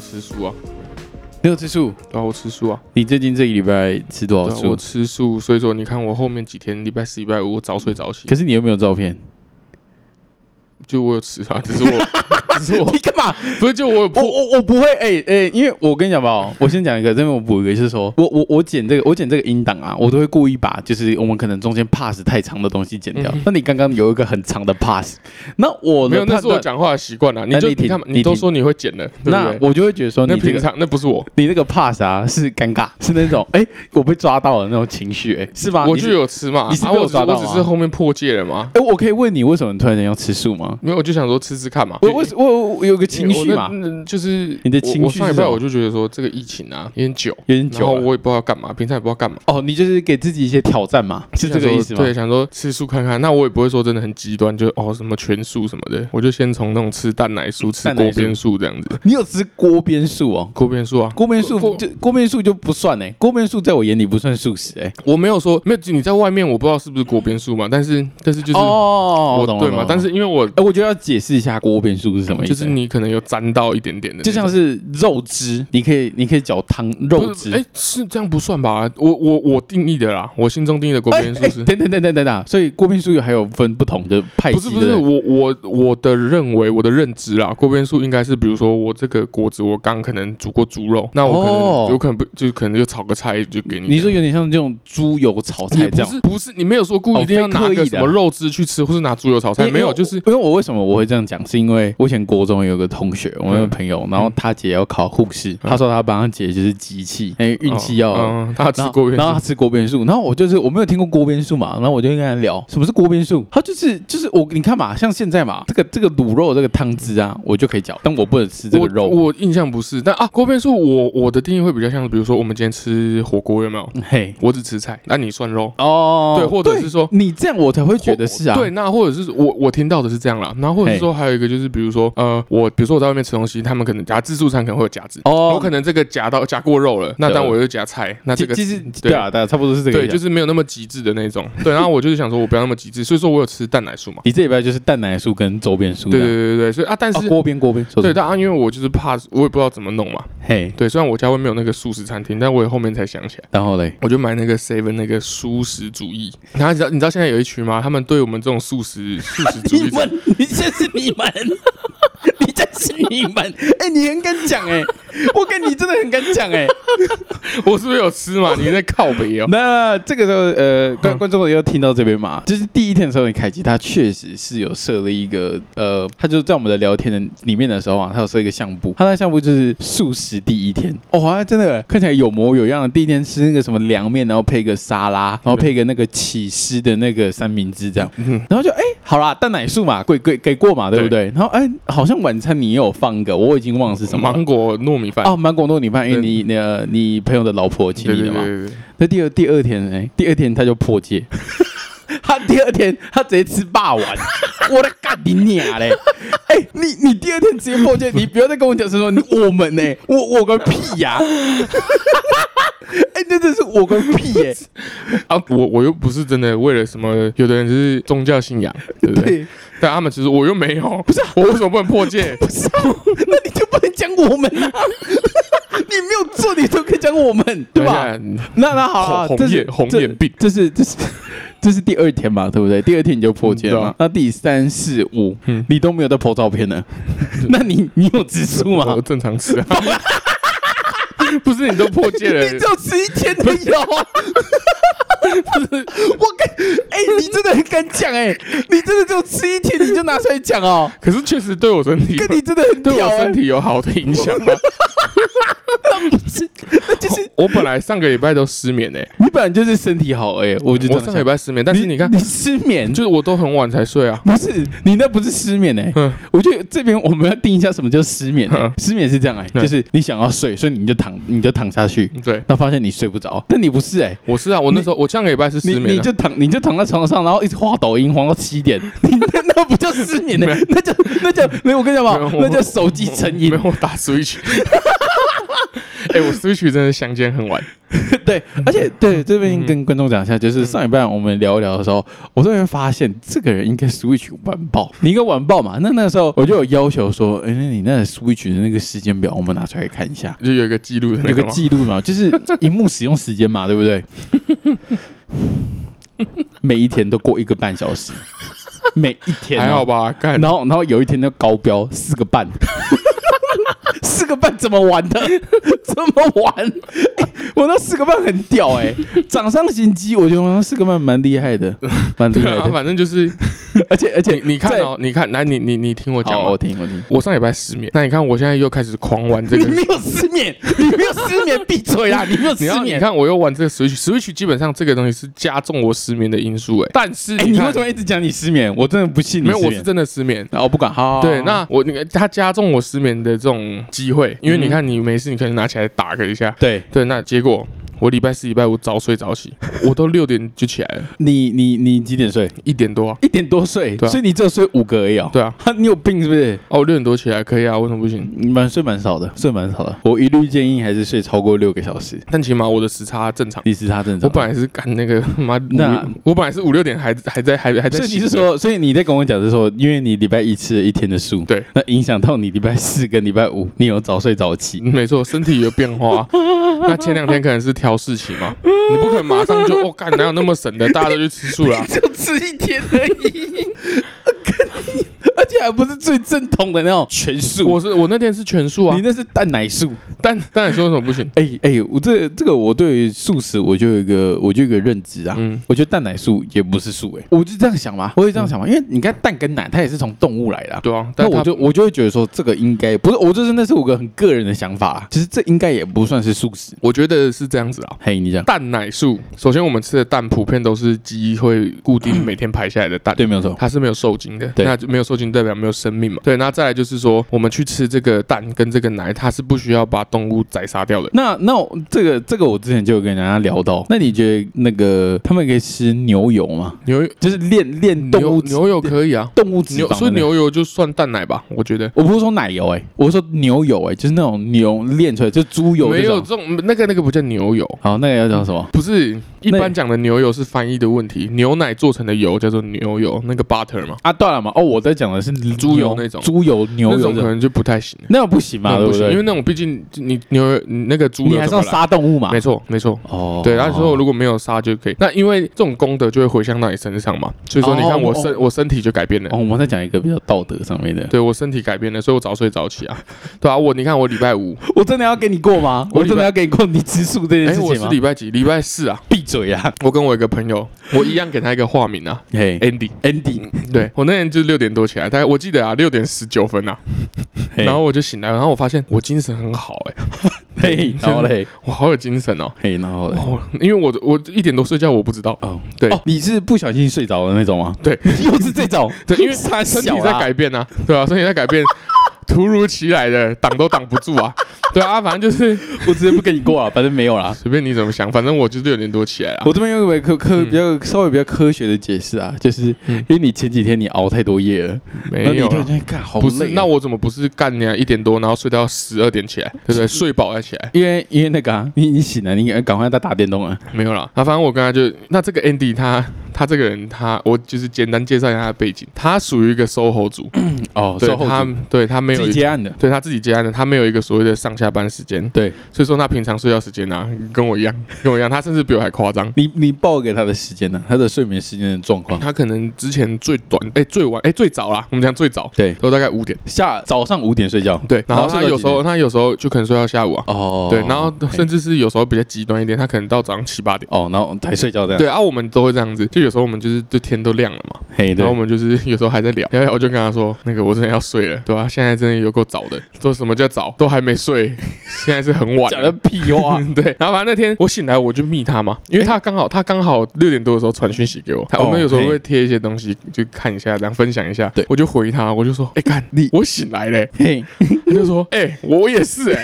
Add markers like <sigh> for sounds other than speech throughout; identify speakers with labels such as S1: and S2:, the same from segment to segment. S1: 吃素啊，
S2: 你有吃素？
S1: 对啊，我吃素啊，
S2: 你最近这个礼拜吃多
S1: 对
S2: 少
S1: 啊，我
S2: 素？
S1: 吃素，所以说你看我后面几天，礼拜四、礼拜五我早睡早起
S2: 可，是你又没有
S1: <laughs>
S2: 照片，
S1: 就我有吃啊，只是
S2: <laughs>
S1: 我，只是我
S2: 你干嘛？
S1: 不是就我有
S2: 我
S1: 破，
S2: <laughs> 我我不会，哎、哎、因为我跟你讲吧，我先讲一个，这边我补一个，就是说我我我剪这个我剪这个音档啊，我都会故意把就是我们可能中间 pass 太长的东西剪
S1: 嗯
S2: 掉。那你刚刚有一个很长的 pass，那我
S1: 没
S2: 的
S1: 有，那
S2: 判
S1: 是我
S2: 断，
S1: 讲话的习惯啊。你
S2: 那
S1: 就
S2: 你
S1: 你看嘛，
S2: 停
S1: 你都
S2: 你停
S1: 说你会剪的，对不
S2: 那
S1: 对？
S2: 我就会觉得说
S1: 那
S2: 你这
S1: 平
S2: 个
S1: 常那不是我，
S2: 你那个 pass 啊是尴尬，是那种哎、我被抓到了那种情绪，哎，是吧？
S1: 我
S2: 你
S1: 就是有吃嘛，
S2: 你是
S1: 啊
S2: 被我
S1: 我只
S2: 抓到
S1: 我
S2: 啊
S1: 只是后面破戒了嘛，
S2: 哎、我可以问你为什么你突然间要吃素吗？
S1: 没有，我就想说吃吃看嘛。
S2: 我我我我有个情绪嘛
S1: 我，那嗯就是
S2: 你的
S1: 我
S2: 情绪
S1: 我上
S2: 是
S1: 礼
S2: 什
S1: 拜
S2: 么
S1: 我就觉得说这个疫情啊有点久，
S2: 有点
S1: 然
S2: 久
S1: 后
S2: 了。
S1: 我也不知道干嘛，平常也不知道干嘛，
S2: 哦，你就是给自己一些挑战嘛，是这个意思
S1: 想说
S2: 吗？
S1: 对，想说吃素看看，那我也不会说真的很极端，就哦什么全素什么的，我就先从那种吃蛋奶素、吃
S2: 蛋奶
S1: 锅
S2: 素
S1: 边素这样子。
S2: 你有吃锅边素哦？
S1: 锅边素啊，
S2: 锅边素
S1: 锅
S2: 就锅边素就不算哎、锅边素在我眼里不算素食哎、
S1: 我没有说没有，你在外面我不知道是不是锅边素嘛，但是但是就是
S2: 哦
S1: 我
S2: 懂了
S1: 对
S2: 懂
S1: 嘛
S2: 了，
S1: 但是因为我
S2: 哎、我觉得要解释一下锅边素是什么意
S1: 就
S2: 思，欸
S1: 是你可能有沾到一点点的那种，
S2: 就像是肉汁，你可以你可以搅汤肉
S1: 不是
S2: 汁。
S1: 哎，是这样不算吧？我我我定义的啦，我心中定义的锅边素是。
S2: 哎等等等等等等，所以锅边素有还有分不同的派系，
S1: 不是不是，
S2: 对对
S1: 我我我的认为我的认知啦，锅边素应该是比如说我这个果子，我刚可能煮过猪肉，那我可能、
S2: 哦
S1: 有可能不就可能就炒个菜就给你。
S2: 你说有点像这种猪油炒
S1: 也
S2: 菜这
S1: 不
S2: 样。
S1: 是不是，你没有说故
S2: 哦
S1: 意一定要
S2: 非
S1: 拿
S2: 刻意
S1: 个
S2: 的哎
S1: 什么肉汁去吃，或是拿猪油炒菜，
S2: 因为
S1: 没有，
S2: 我
S1: 就是
S2: 因为我为什么我会这样讲，是因为我以前国中有个同学，我
S1: 嗯
S2: 有个朋友，然后他姐要考护士，他说他帮他姐就是机器，哎，运气要
S1: 嗯，嗯他吃
S2: 然后
S1: 锅边
S2: 然后他
S1: 素，
S2: 吃锅边素，然后我就是我没有听过锅边素嘛，然后我就跟他聊什么是锅边素，他就是就是我你看嘛，像现在嘛，这个这个卤肉这个汤汁啊，我就可以搅，但我不能吃这个
S1: 我
S2: 肉。
S1: 我印象不是，但啊，锅边素我我的定义会比较像，比如说我们今天吃火锅有没有？
S2: 嗯嘿，
S1: 我只吃菜，那你算肉，
S2: 哦，
S1: 对，或者是说
S2: 你这样我才会觉得是啊，
S1: 对，，那或者是我我听到的是这样啦，然后或者是说还有一个就是，比如说呃，我比如说我在外面吃东西，他们可能夹自助餐可能会有夹子，
S2: 哦，
S1: 我可能这个夹到夹过肉了，那
S2: 对
S1: 但我又夹菜，那这
S2: 其
S1: 个
S2: 其实
S1: 对
S2: 对啊，对啊，差不多是这个意
S1: 对
S2: 思。
S1: 就是没有那么极致的那种，对，然后我就是想说我不要那么极致，所以说我有吃蛋奶素
S2: <laughs>
S1: 嘛，
S2: 你这礼拜就是蛋奶素跟周边素这
S1: 对对
S2: 样，
S1: 对对对，所以啊，但
S2: 啊
S1: 是。
S2: 锅边锅边，说
S1: 对，
S2: 对，
S1: 但啊，因为我就是怕，我也不知道怎么弄嘛。
S2: 嘿，
S1: 对，虽然我家外面有那个素食餐厅，但我也后面才想起来，
S2: 然后嘞，
S1: 我就买那个 seven 那个素食主义。然后你知道你知道现在有一群吗？他们对我们这种素食素食主义者，
S2: 你这是你们，你这是你们，哎，你很敢讲哎，我跟你真的很敢讲哎。
S1: 我是不是有吃嘛？你在靠北哦。
S2: 那这个时候，呃，观观众要听到这边嘛，就是第一天的时候，你凯基他确实是有设了一个，呃，他就在我们的聊天的里面的时候啊，他有设一个相簿，他的相簿就是素食第一天，哦，好像真的看起来有模有样的。第一天吃那个什么凉面，然后配个沙拉，然后配个那个起司的那个三明治这样，然后就哎、好啦，蛋奶素嘛，给给给过嘛，对不对？然后哎、好像晚餐你也有放一个，我已经忘了是什么了。
S1: 芒果糯米饭，
S2: 哦，芒果糯米饭，因为你那你朋友的老婆请
S1: 对
S2: 你
S1: 对
S2: 的
S1: 对
S2: 嘛，
S1: 对对，
S2: 那第二第二天呢、第二天他就破 <laughs> 戒，他第二天他直接吃霸 <laughs> 王，我的干你娘嘞！哎、你你第二天直接破戒，你不要再跟我讲是说你我们呢、我我个屁 <laughs> 呀、哎、真的是我个屁耶、
S1: 啊，我我又不是真的为了什么，有的人是宗教信仰，对不对？
S2: 对，
S1: 但他们其实我又没有，不是我为什么不能破戒？
S2: 不是、啊，那你就不能讲我们啊？ <laughs> 你没有做，你都可以讲我们，对吧？
S1: 等一下？
S2: 那那好啊，
S1: 红
S2: 这是
S1: 眼红
S2: 这
S1: 眼病
S2: 这是这是 <laughs> 这是第二天嘛，对不对？第二天你就破戒
S1: 嗯对
S2: 了
S1: 啊，
S2: 那第三四五
S1: 嗯
S2: 你都没有在 po 照片呢， <laughs> 那你你有植树吗
S1: 我？正常吃 <laughs> 啊，不是你都破戒
S2: 你只
S1: 了，
S2: 有吃一天的有啊！我跟哎、你真的很敢讲哎、你真的只有吃一天你就拿出来讲哦，
S1: 可是确实对我身体
S2: 跟你真的很
S1: 对
S2: 屌
S1: 我
S2: 哎、
S1: 身体有好的影响啊。
S2: <laughs> 那就是
S1: 我本来上个礼拜都失眠诶，
S2: 你本来就是身体好哎、我就这
S1: 我
S2: 样
S1: 上个礼
S2: 想。
S1: 拜失眠，但是你看
S2: 你，失眠
S1: 就是我都很晚才睡啊。
S2: <laughs> 不是你那不是失眠哎、
S1: 嗯
S2: 我觉得这边我们要定一下什么叫失眠、欸
S1: 嗯。
S2: 失眠是这样哎、
S1: 嗯
S2: 就是你想要睡，所以你就躺，你就躺下去，
S1: 对，
S2: 那发现你睡不着，但你不是哎、
S1: 我是啊，我那时候我上个礼拜是
S2: 你
S1: 失
S2: 你
S1: 眠啊，
S2: 就躺你就躺在床上，然后一直晃抖音，晃到七点，你那那不叫失眠呢、欸
S1: 没有
S2: 那叫那叫没有我跟你讲吧
S1: 没有，我
S2: 那叫手机成瘾
S1: 没。有我打 Switch。 <laughs> 哎、我 Switch 真的相见恨晚。
S2: <laughs> 对，而且对这边跟
S1: 嗯
S2: 观众讲一下，就是上一半我们聊一聊的时候，我突然发现这个人应该 Switch 玩爆，你应该玩爆嘛。那那时候我就有要求说，哎、那你那个 Switch 的那个时间表，我们拿出来看一下，
S1: 就有一个记录的那
S2: 有个
S1: 吗？
S2: 记录
S1: <laughs>
S2: 嘛，就是荧幕使用时间嘛，对不对？每一天都过一个半小时，每一天、哦
S1: 还好。吧？干，
S2: 然后，然后有一天就高标四个半， <laughs> 四个半怎么玩的？ <laughs> 怎么玩？欸我那四个半很屌哎、掌上型机，我觉得我那四个半蛮厉害 <laughs> 的，蛮厉
S1: 对
S2: 害
S1: 啊，
S2: 的。
S1: 反正就是
S2: 而且而且
S1: 你你看哦，你看，来你你你听我
S2: 在，
S1: 讲
S2: 好，啊
S1: 哦
S2: 我。听我听。
S1: 我上礼拜失眠，那你看我现在又开始狂玩这
S2: 你
S1: 个。
S2: 没有失 <laughs> 眠，你没有失眠，闭嘴啦！你没有
S1: 你
S2: 失
S1: 要你
S2: 眠。
S1: 看我又玩这个 Switch，Switch 基本上这个东西是加重我失眠的因素哎、但是
S2: 哎、
S1: 你
S2: 你
S1: 看，
S2: 为什么一直讲你失眠？我真的不信你
S1: 没
S2: 失
S1: 有，
S2: 眠。
S1: 我是真的失眠。
S2: 哦，不管，好好好
S1: 对，那我那个它加重我失眠的这种机会，因为你
S2: 嗯
S1: 看你没事，你可能拿起来打个一下。
S2: 对
S1: 对，那结果我礼拜四、礼拜五早睡早起， <laughs> 我都六点就起来了，
S2: 你你你几点睡？
S1: 一点多啊、
S2: 一点多睡，
S1: 对啊
S2: 所以你只有睡五个而已哦。
S1: 对啊，
S2: 哈，你有病是不是？
S1: 哦，我六点多起来可以啊，为什么不行？
S2: 你蛮睡蛮少的，睡蛮少的。我一律建议还是睡超过六个小时，
S1: 但起码我的时差正常。
S2: 你时差正常。
S1: 我本来是干那个 <laughs> 妈，
S2: 那
S1: 五我本来是五六点还还在还还在
S2: 所以
S1: 醒
S2: 你
S1: 着。
S2: 是说，所以你在跟我讲是说，因为你礼拜一吃了一天的素，
S1: 对，
S2: 那影响到你礼拜四跟礼拜五，你有早睡早起。
S1: 嗯没错，身体有变
S2: <laughs>
S1: 化啊、那前两天可能是调试期嘛，你不可能马上就哦，干哪有那么省的？大家都去吃素
S2: <laughs>
S1: 啦。
S2: 就吃一天而已，而且还不是最正统的那种全素，
S1: 我是我那天是全素啊
S2: 你，那是蛋奶素。
S1: 但但你说为什么不行？
S2: 哎、哎、我这这个我对于素食我就有一个我就有一个认知啊，
S1: 嗯，
S2: 我觉得蛋奶素也不是素哎、我就这样想嘛，我也这样想嘛，因为你看蛋跟奶它也是从动物来的啊、
S1: 对啊，
S2: 那
S1: 但
S2: 我
S1: 他
S2: 就我就会觉得说，这个应该不是，我就是那是我个很个人的想法啦。其实这应该也不算是素食。
S1: 我觉得是这样子啊。
S2: 嘿，你讲
S1: 蛋奶素，首先我们吃的蛋普遍都是鸡会固定每天排下来的蛋，
S2: 嗯对，没有错。
S1: 它是没有受精的，
S2: 对
S1: 那就没有受精代表没有生命嘛。对，那再来就是说，我们去吃这个蛋跟这个奶，它是不需要把动物宰杀掉的。
S2: 那那我这个这个我之前就有跟人家聊到，那你觉得那个他们可以吃牛油吗？
S1: 牛
S2: 就是炼炼动
S1: 牛
S2: 物脂
S1: 牛油可以啊，
S2: 动物脂肪
S1: 牛
S2: 的
S1: 所以
S2: 那个。
S1: 牛油就算蛋奶吧，我觉得。
S2: 我不是说奶油哎、我是说牛油哎、就是那种牛炼出来，就是猪油
S1: 没
S2: 这
S1: 有
S2: 种
S1: 这。种那个那个不叫牛油，
S2: 好，那个要叫什么？
S1: 不是一
S2: 那
S1: 般讲的牛油是翻译的问题。牛奶做成的油叫做牛油，那个 butter 嘛，
S2: 啊，对了嘛，哦，我在讲的是
S1: 猪油
S2: 牛
S1: 那种
S2: 猪油牛
S1: 那
S2: 油
S1: 种
S2: 这
S1: 可
S2: 种，
S1: 能就不太行了，
S2: 那种不行嘛，
S1: 那
S2: 对
S1: 种不
S2: 不
S1: 行，因为
S2: 对？
S1: 那种毕竟你牛油你那个猪
S2: 你
S1: 油
S2: 还是
S1: 怎么来
S2: 要杀动物嘛
S1: 没，错没错。
S2: 哦
S1: 对，然后说如果没有杀就可以。那因为这种功德就会回向到你身上嘛，所以说你看我身
S2: 哦
S1: 我身体就改变了
S2: 哦，，我们再讲一个比较道德上面的。
S1: 对我身体改变了，所以我早睡早起啊，对啊，我你看我礼拜五，
S2: 我真的要跟你过吗？
S1: 我
S2: 我
S1: 礼拜
S2: 真的要跟你过你吃素这件
S1: 哎，
S2: 事
S1: 我
S2: 情
S1: 是
S2: 吗？
S1: 礼拜几？礼拜四啊，
S2: 闭嘴啊！
S1: 我跟我一个朋友，我一样给他一个化名
S2: <laughs>
S1: 啊
S2: 嘿、
S1: ，Andy。
S2: a n d y
S1: 对我那天就是六点多起来，大概我记得啊，六点十九分啊，然
S2: 然后
S1: 后我就醒来，然后我发现我精神很好、欸，哎，
S2: 嘿，然后嘞，
S1: 我好有精神哦、
S2: 嘿，然后嘞，
S1: 哦，因为我我一点多睡觉，我不知道，
S2: 哦，
S1: 对
S2: 哦，你是不小心睡着的那种吗？
S1: 对，
S2: <laughs> 又是这种，
S1: <laughs> 对，
S2: <laughs>
S1: 因为
S2: 他
S1: 哎身
S2: 小
S1: 体在
S2: 啦
S1: 改变啊，对啊，身体在改变，突如其来的挡都挡不住啊，对啊，反正就是
S2: 我直接不跟你过了，啊反正没
S1: <laughs>
S2: 有啦。
S1: 随便你怎么想，反正我就六点多起来啊，
S2: 我这边有一个科科比较稍微比较科学的解释啊，就是
S1: 嗯
S2: 因为你前几天你熬太多夜了，
S1: 没
S2: 然
S1: 有
S2: 后你突
S1: 啦
S2: 然。间干好
S1: 不是，
S2: 累哦。
S1: 那我怎么不是干你啊？一点多，然后睡到十二点
S2: <laughs>
S1: 起来，对不对？睡饱再起来，
S2: 因为因为那个啊，你你醒了，你赶赶快在打电动啊。
S1: 没有啦，啊，反正我跟他就，那这个 Andy 他他这个人他，我就是简单介绍一下他的背景，他属于一个 SOHO 族，
S2: 哦，
S1: 对
S2: 售后
S1: 他
S2: 组
S1: 对他没有
S2: 自己接案的，
S1: 对他自己接案的，他没有一个所谓的上下班时间，
S2: 对
S1: 所以说他平常睡觉时间啊，跟我一样，跟我一样，他甚至比我还夸张。
S2: 你你报给他的时间呢、他的睡眠时间的状况。
S1: 他可能之前最短，哎、最晚，哎、最早啦，我们讲最早
S2: 对，
S1: 都大概五点，
S2: 下早上五点睡觉，
S1: 对，然后
S2: 然后
S1: 他
S2: 睡到
S1: 有
S2: 几
S1: 时候他有时候就可能睡到下午啊，
S2: 哦
S1: 对，然后甚
S2: 至
S1: 至是有时候比较极端一点，他可能到早上七八点，
S2: 哦，然后才睡觉这样，
S1: 对啊，我们都会这样子，就有时候我们就是就天都亮了嘛，
S2: 嘿，
S1: 然后我
S2: 对，
S1: 们就是 <laughs> 有时候还在聊，聊一聊我就跟他说，那个我真的要睡了，对吧、现在真的有够早的，说什么叫早，都还没睡，现在是很晚
S2: 讲的
S1: 了。
S2: 屁 <laughs> 话，
S1: 嗯，对，然后反正那天我醒来我就密他嘛，因为他刚好他刚好六点多的时候传讯息给我，他
S2: 哦
S1: 我们有时候
S2: 嘿
S1: 会贴一些东西就看一下，这样分享一下，
S2: 对
S1: 我就欸回他，我就说，哎、干你我醒来嘞，
S2: 嘿，
S1: 他就说，哎、我也是哎、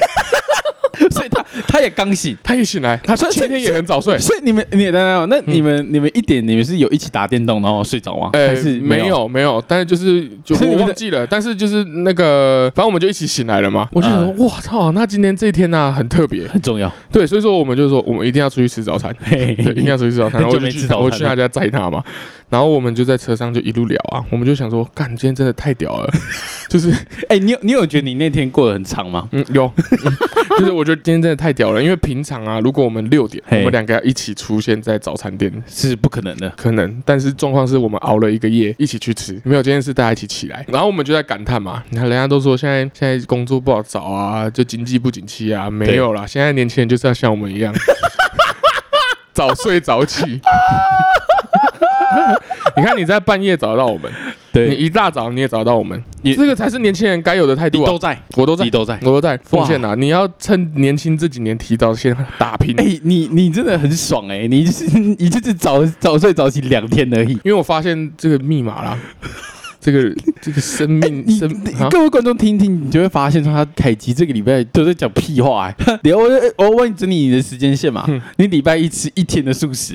S2: 所以他他也刚醒。
S1: 他一醒来， <laughs> 他
S2: 所以
S1: 前天也很嗯早
S2: <laughs>
S1: 睡，
S2: 所以你们你也在那哦，那你们、你们一点你们是有一起打电动然后睡着吗？
S1: 哎、
S2: 还是
S1: 没
S2: 有？
S1: 有没有，但是就是就
S2: <laughs> 所以你
S1: 我
S2: 们
S1: 忘记了，但是就是那个，反正我们就一起醒来了嘛。我就想
S2: 嗯
S1: 说，哇操，那今天这一天呢、很特别，
S2: 很重要，
S1: 对，所以说我们就说我们一定要出去吃早餐，
S2: 嘿
S1: 对，一定要出去吃早餐，然
S2: 很
S1: 后
S2: 久
S1: 我就
S2: 没
S1: 去
S2: 吃早餐
S1: 我去他家载他嘛，然后我们就在车上就一路聊啊，我们就想说，干，今天真的太屌了， <laughs> 就是
S2: 哎、你有你有觉得你那天过得很长吗？
S1: 嗯有，嗯就是我觉得今天真的太屌了，因为平常啊，如果我们六点，我
S2: 嘿
S1: 们两个要一起出现在早餐店。
S2: 是不可能的。
S1: 可能，但是状况是我们熬了一个夜，一起去吃，没有今天是大家一起起来，然后我们就在感叹嘛，你看人家都说现在现在工作不好找啊，就经济不景气啊，没有啦，现在年轻人就是要像我们一样， <laughs> 早睡早起。 <laughs> 你看你在半夜找到我们，你
S2: 对，
S1: 一大早你也找到我们，
S2: 你
S1: 这个才是年轻人该有的态
S2: 你
S1: 度啊！
S2: 都在，
S1: 我都在
S2: 你，都在。
S1: 我都在奉献啊！你要趁年轻这几年提早先 <laughs> 打拼
S2: 哎、，你你真的很爽哎、你就是 <laughs> 你就是早早睡早起两天而已。
S1: 因为我发现这个密码啦，这个这个生
S2: 哎
S1: 命
S2: 你
S1: 生
S2: 你
S1: 啊，
S2: 各位观众听听，你就会发现说他凯吉这个礼拜都在讲
S1: <laughs>
S2: 屁话、欸。然后我我问整理你的时间线嘛，
S1: 嗯
S2: 你礼拜一吃一天的素食，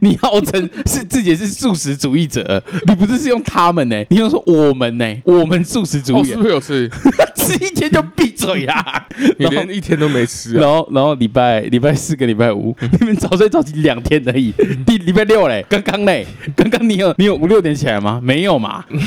S2: 你号称是自己是素食主义者，你不是是用他们呢、你用说我们呢、我们素食主
S1: 哦，
S2: 义
S1: 是，不是有 <laughs> 吃？
S2: 吃一天就闭嘴
S1: <laughs>
S2: 啦。
S1: 你
S2: 然后
S1: 连一天都没吃啊？
S2: 然后，然后礼拜礼拜四跟礼拜
S1: 嗯
S2: 五，你们早睡早起两天而已。第礼拜六嘞，刚刚嘞，刚刚你有你有五六点起来吗？没有嘛，
S1: 嗯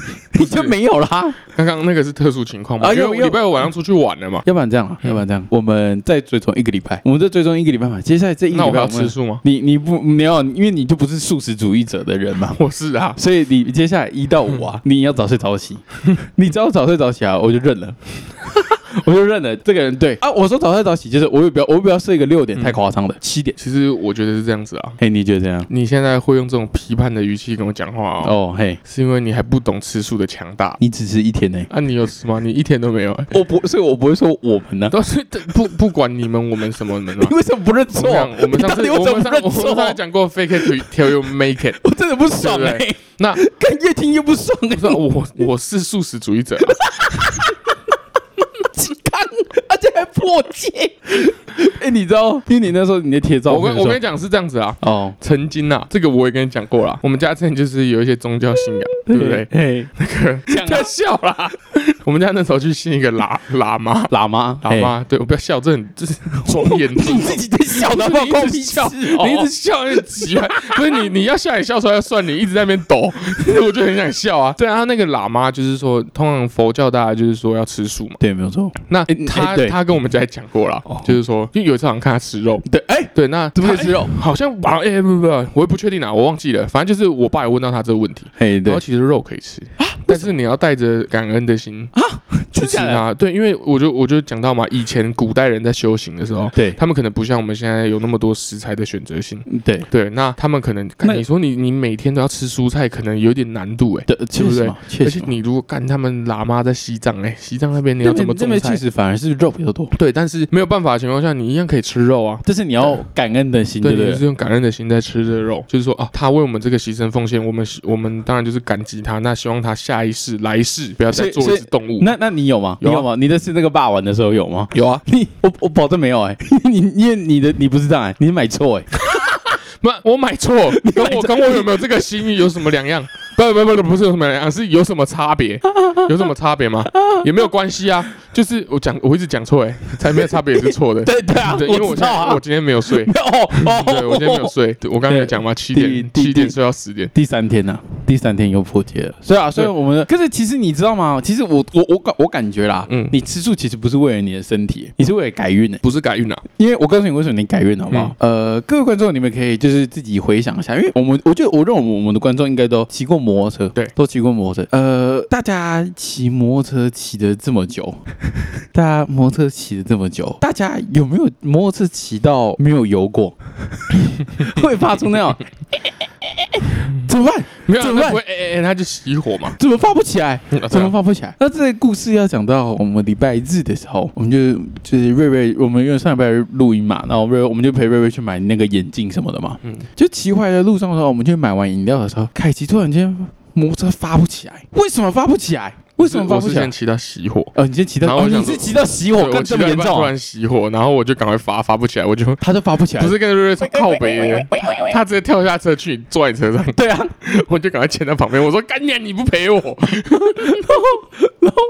S2: <laughs> 你就没有啦。
S1: 刚刚那个是特殊情况嘛？
S2: 啊
S1: 因为
S2: 有
S1: 我
S2: 有
S1: 礼拜五晚上出去玩了嘛。
S2: 要不然这样
S1: 嗯
S2: 啊，要不然这样，我们再追踪一个礼拜，我们再追踪一个礼拜嘛。接下来这一个
S1: 那
S2: 礼
S1: 我还
S2: 拜
S1: 要
S2: 我们
S1: 吃，素吗？ <laughs>
S2: 你你不你要，因为你就不是素食主义者的人嘛。
S1: 我是啊，
S2: 所以你接下来一
S1: <laughs>
S2: 到五啊，你要早睡早起， <laughs> 你只要早睡早起啊，我就认了， <laughs> 我就认了。这个人对啊，我说早睡早起就是我也不要，我也不要睡个六点太夸张了，七点。
S1: 其实我觉得是这样子啊。
S2: 嘿，你觉得怎样？
S1: 你现在会用这种批判的语气跟我讲话哦，
S2: 哦，嘿，
S1: 是因为你还不懂吃素的强大。
S2: 你只吃一天呢、
S1: 啊，你有吃吗？你一天都没有、欸。
S2: 我不，所以我不会说我们
S1: <laughs>
S2: 呢、
S1: 都是不不管你们我们什么你们嘛 <laughs>
S2: <laughs> 你。为什么不认错？
S1: 我们上我们上
S2: 你
S1: 次
S2: 到
S1: 我
S2: 底为什
S1: 们
S2: 么不
S1: 上我们
S2: 认错
S1: 上？次讲过 fake it till you make it。
S2: 我真的不爽哎、
S1: 对那
S2: 看越听越不爽哎、
S1: 不是啊我 <laughs> 我是素食主义者啊，
S2: 鸡汤，而且还破戒。哎、你知道，因为你那时候你在贴
S1: <laughs>
S2: 照
S1: 我
S2: 片
S1: 跟
S2: 的
S1: 我
S2: 时
S1: 跟
S2: 候
S1: 你，讲是这样子啊。
S2: 哦，
S1: 曾经啊，这个我也跟你讲过啦。我们家之前就是有一些宗教信仰，对不对？
S2: 嘿，那个
S1: <laughs> 不要笑啦！ <laughs> 我们家那时候去信一个喇喇嘛，
S2: 喇嘛，
S1: 喇嘛，对我不要笑，这很这 <laughs> 是庄严
S2: 嘿，
S1: <laughs> 的。
S2: 你自己在 <laughs> 笑的，
S1: 你
S2: 关
S1: 一
S2: 我
S1: 直
S2: 屁事
S1: 笑，
S2: 哦
S1: 你一直笑很奇 <laughs> 怪。不是你，你要笑也笑出来，要算你一直在那边抖， <laughs> 我就很想笑啊。对啊，他那个喇嘛就是说，通常佛教大家就是说要吃素嘛。
S2: 对，没有错，
S1: 那
S2: 诶
S1: 他
S2: 诶对
S1: 他跟我们家也讲过啦，就是说，就有一次好像看他吃肉，
S2: 对，哎、
S1: 对，那
S2: 怎么会
S1: 他
S2: 吃肉？
S1: 好像啊，哎、不不不，我也不确定啊，我忘记了。反正就是我爸也问到他这个问题，
S2: 嘿，
S1: 然
S2: 对啊
S1: 后，其实肉可以吃，但是你要带着感恩的心去
S2: 真
S1: 吃
S2: 假的
S1: 它。对，因为我就我就讲到嘛，以前古代人在修行的时候，
S2: 对
S1: 他们可能不像我们现在有那么多食材的选择性。
S2: 对。
S1: 对，那他们可能，
S2: 那
S1: 看你说你你每天都要吃蔬菜，可能有点难度哎、
S2: 对，确
S1: 不
S2: 实
S1: 对
S2: 嘛，确
S1: 而且
S2: 实嘛。
S1: 你如果干他们喇嘛在西藏哎、西藏那边你要
S2: 这
S1: 怎么
S2: 边这
S1: 种
S2: 边确
S1: 菜？
S2: 实反而是肉比较多，
S1: 对，但是没有办法的情况下，你一样可以吃肉啊。
S2: 但是你要感恩的心，对
S1: 对，
S2: 不
S1: 你
S2: 对
S1: 就是用感恩的心在吃这个肉，就是说啊，他为我们这个牺牲奉献，我们我们当然就是感激他。那希望他下一世、来世不要再
S2: 所以
S1: 做
S2: 所
S1: 一
S2: 以
S1: 只动物。
S2: 那那你有吗？
S1: 有啊
S2: 你有吗？你的是那个霸王的时候有吗？
S1: 有啊，
S2: 你我我保证没有哎、 <laughs> 你因为你的你不是这样哎、你买错哎、
S1: 不，我买错，跟
S2: 买
S1: 我
S2: 错
S1: 跟我有没有这个心意有什么两样？不不不不，不是有什么两样，是有什么差别？有什么差别吗？也没有关系啊，就是我讲，我一直讲错哎，才没有差别也是错 <laughs> 的。
S2: 对对啊，
S1: 对，因为我
S2: 知
S1: 现
S2: 道
S1: 在
S2: 啊
S1: 我，今天没有睡，
S2: <laughs> 哦哦，
S1: <laughs> 对我今天没有睡，对我刚才有
S2: 对
S1: 讲嘛，七点
S2: 第
S1: 七点
S2: 第
S1: 睡到十点。
S2: 第三天呐、第三天又破戒了。所以啊，所以
S1: 对
S2: 我们的可是其实你知道吗？其实我我我感我感觉啦，
S1: 嗯
S2: 嗯，你吃素其实不是为了你的身体，你是为了改运的、
S1: 不是改运啊，
S2: 因为我告诉你为什么你改运好不好？呃，各位观众你们可以就是自己回想一下，因为我们我觉得我认为我们的观众应该都骑过摩托车，
S1: 对
S2: 都骑过摩托车。呃，大家骑摩托车骑的这么久，大家摩托车骑的这么久，大家有没有摩托车骑到没有油过？会发出那种 <laughs> 怎么办？
S1: 没有啊，
S2: 怎么
S1: 那
S2: 办
S1: 不会哎哎哎，他就熄火嘛，
S2: 怎么发不起来？
S1: 嗯啊
S2: 怎
S1: 对
S2: 么
S1: 啊
S2: 发不起来？那这个故事要讲到我们礼拜日的时候，我们就就是瑞瑞，我们因为上礼拜录音嘛，然后瑞瑞我们就陪瑞瑞去买那个眼镜什么的嘛。
S1: 嗯
S2: 嗯，就骑回来的路上的时候，我们去买完饮料的时候，凯奇突然间摩托车发不起来，为什么发不起来？为什么发
S1: 我
S2: 不
S1: 是
S2: 起来
S1: 先？骑到熄火，
S2: 哦，你先骑
S1: 然
S2: 到，
S1: 后
S2: 哦
S1: 我想
S2: 你
S1: 说
S2: 是骑到熄火，
S1: 对我
S2: 干
S1: 骑
S2: 这
S1: 到
S2: 么
S1: 一
S2: 严
S1: 半
S2: 重
S1: 突
S2: 啊
S1: 然，熄火，然后我就赶快发发不起来，我就
S2: 他都发不起来。
S1: 不，是跟瑞瑞说靠北，他直接跳下车去坐在你车上， <laughs>
S2: 对啊。
S1: 我就赶快牵到旁边，我说干娘你不陪
S2: <laughs>
S1: 我，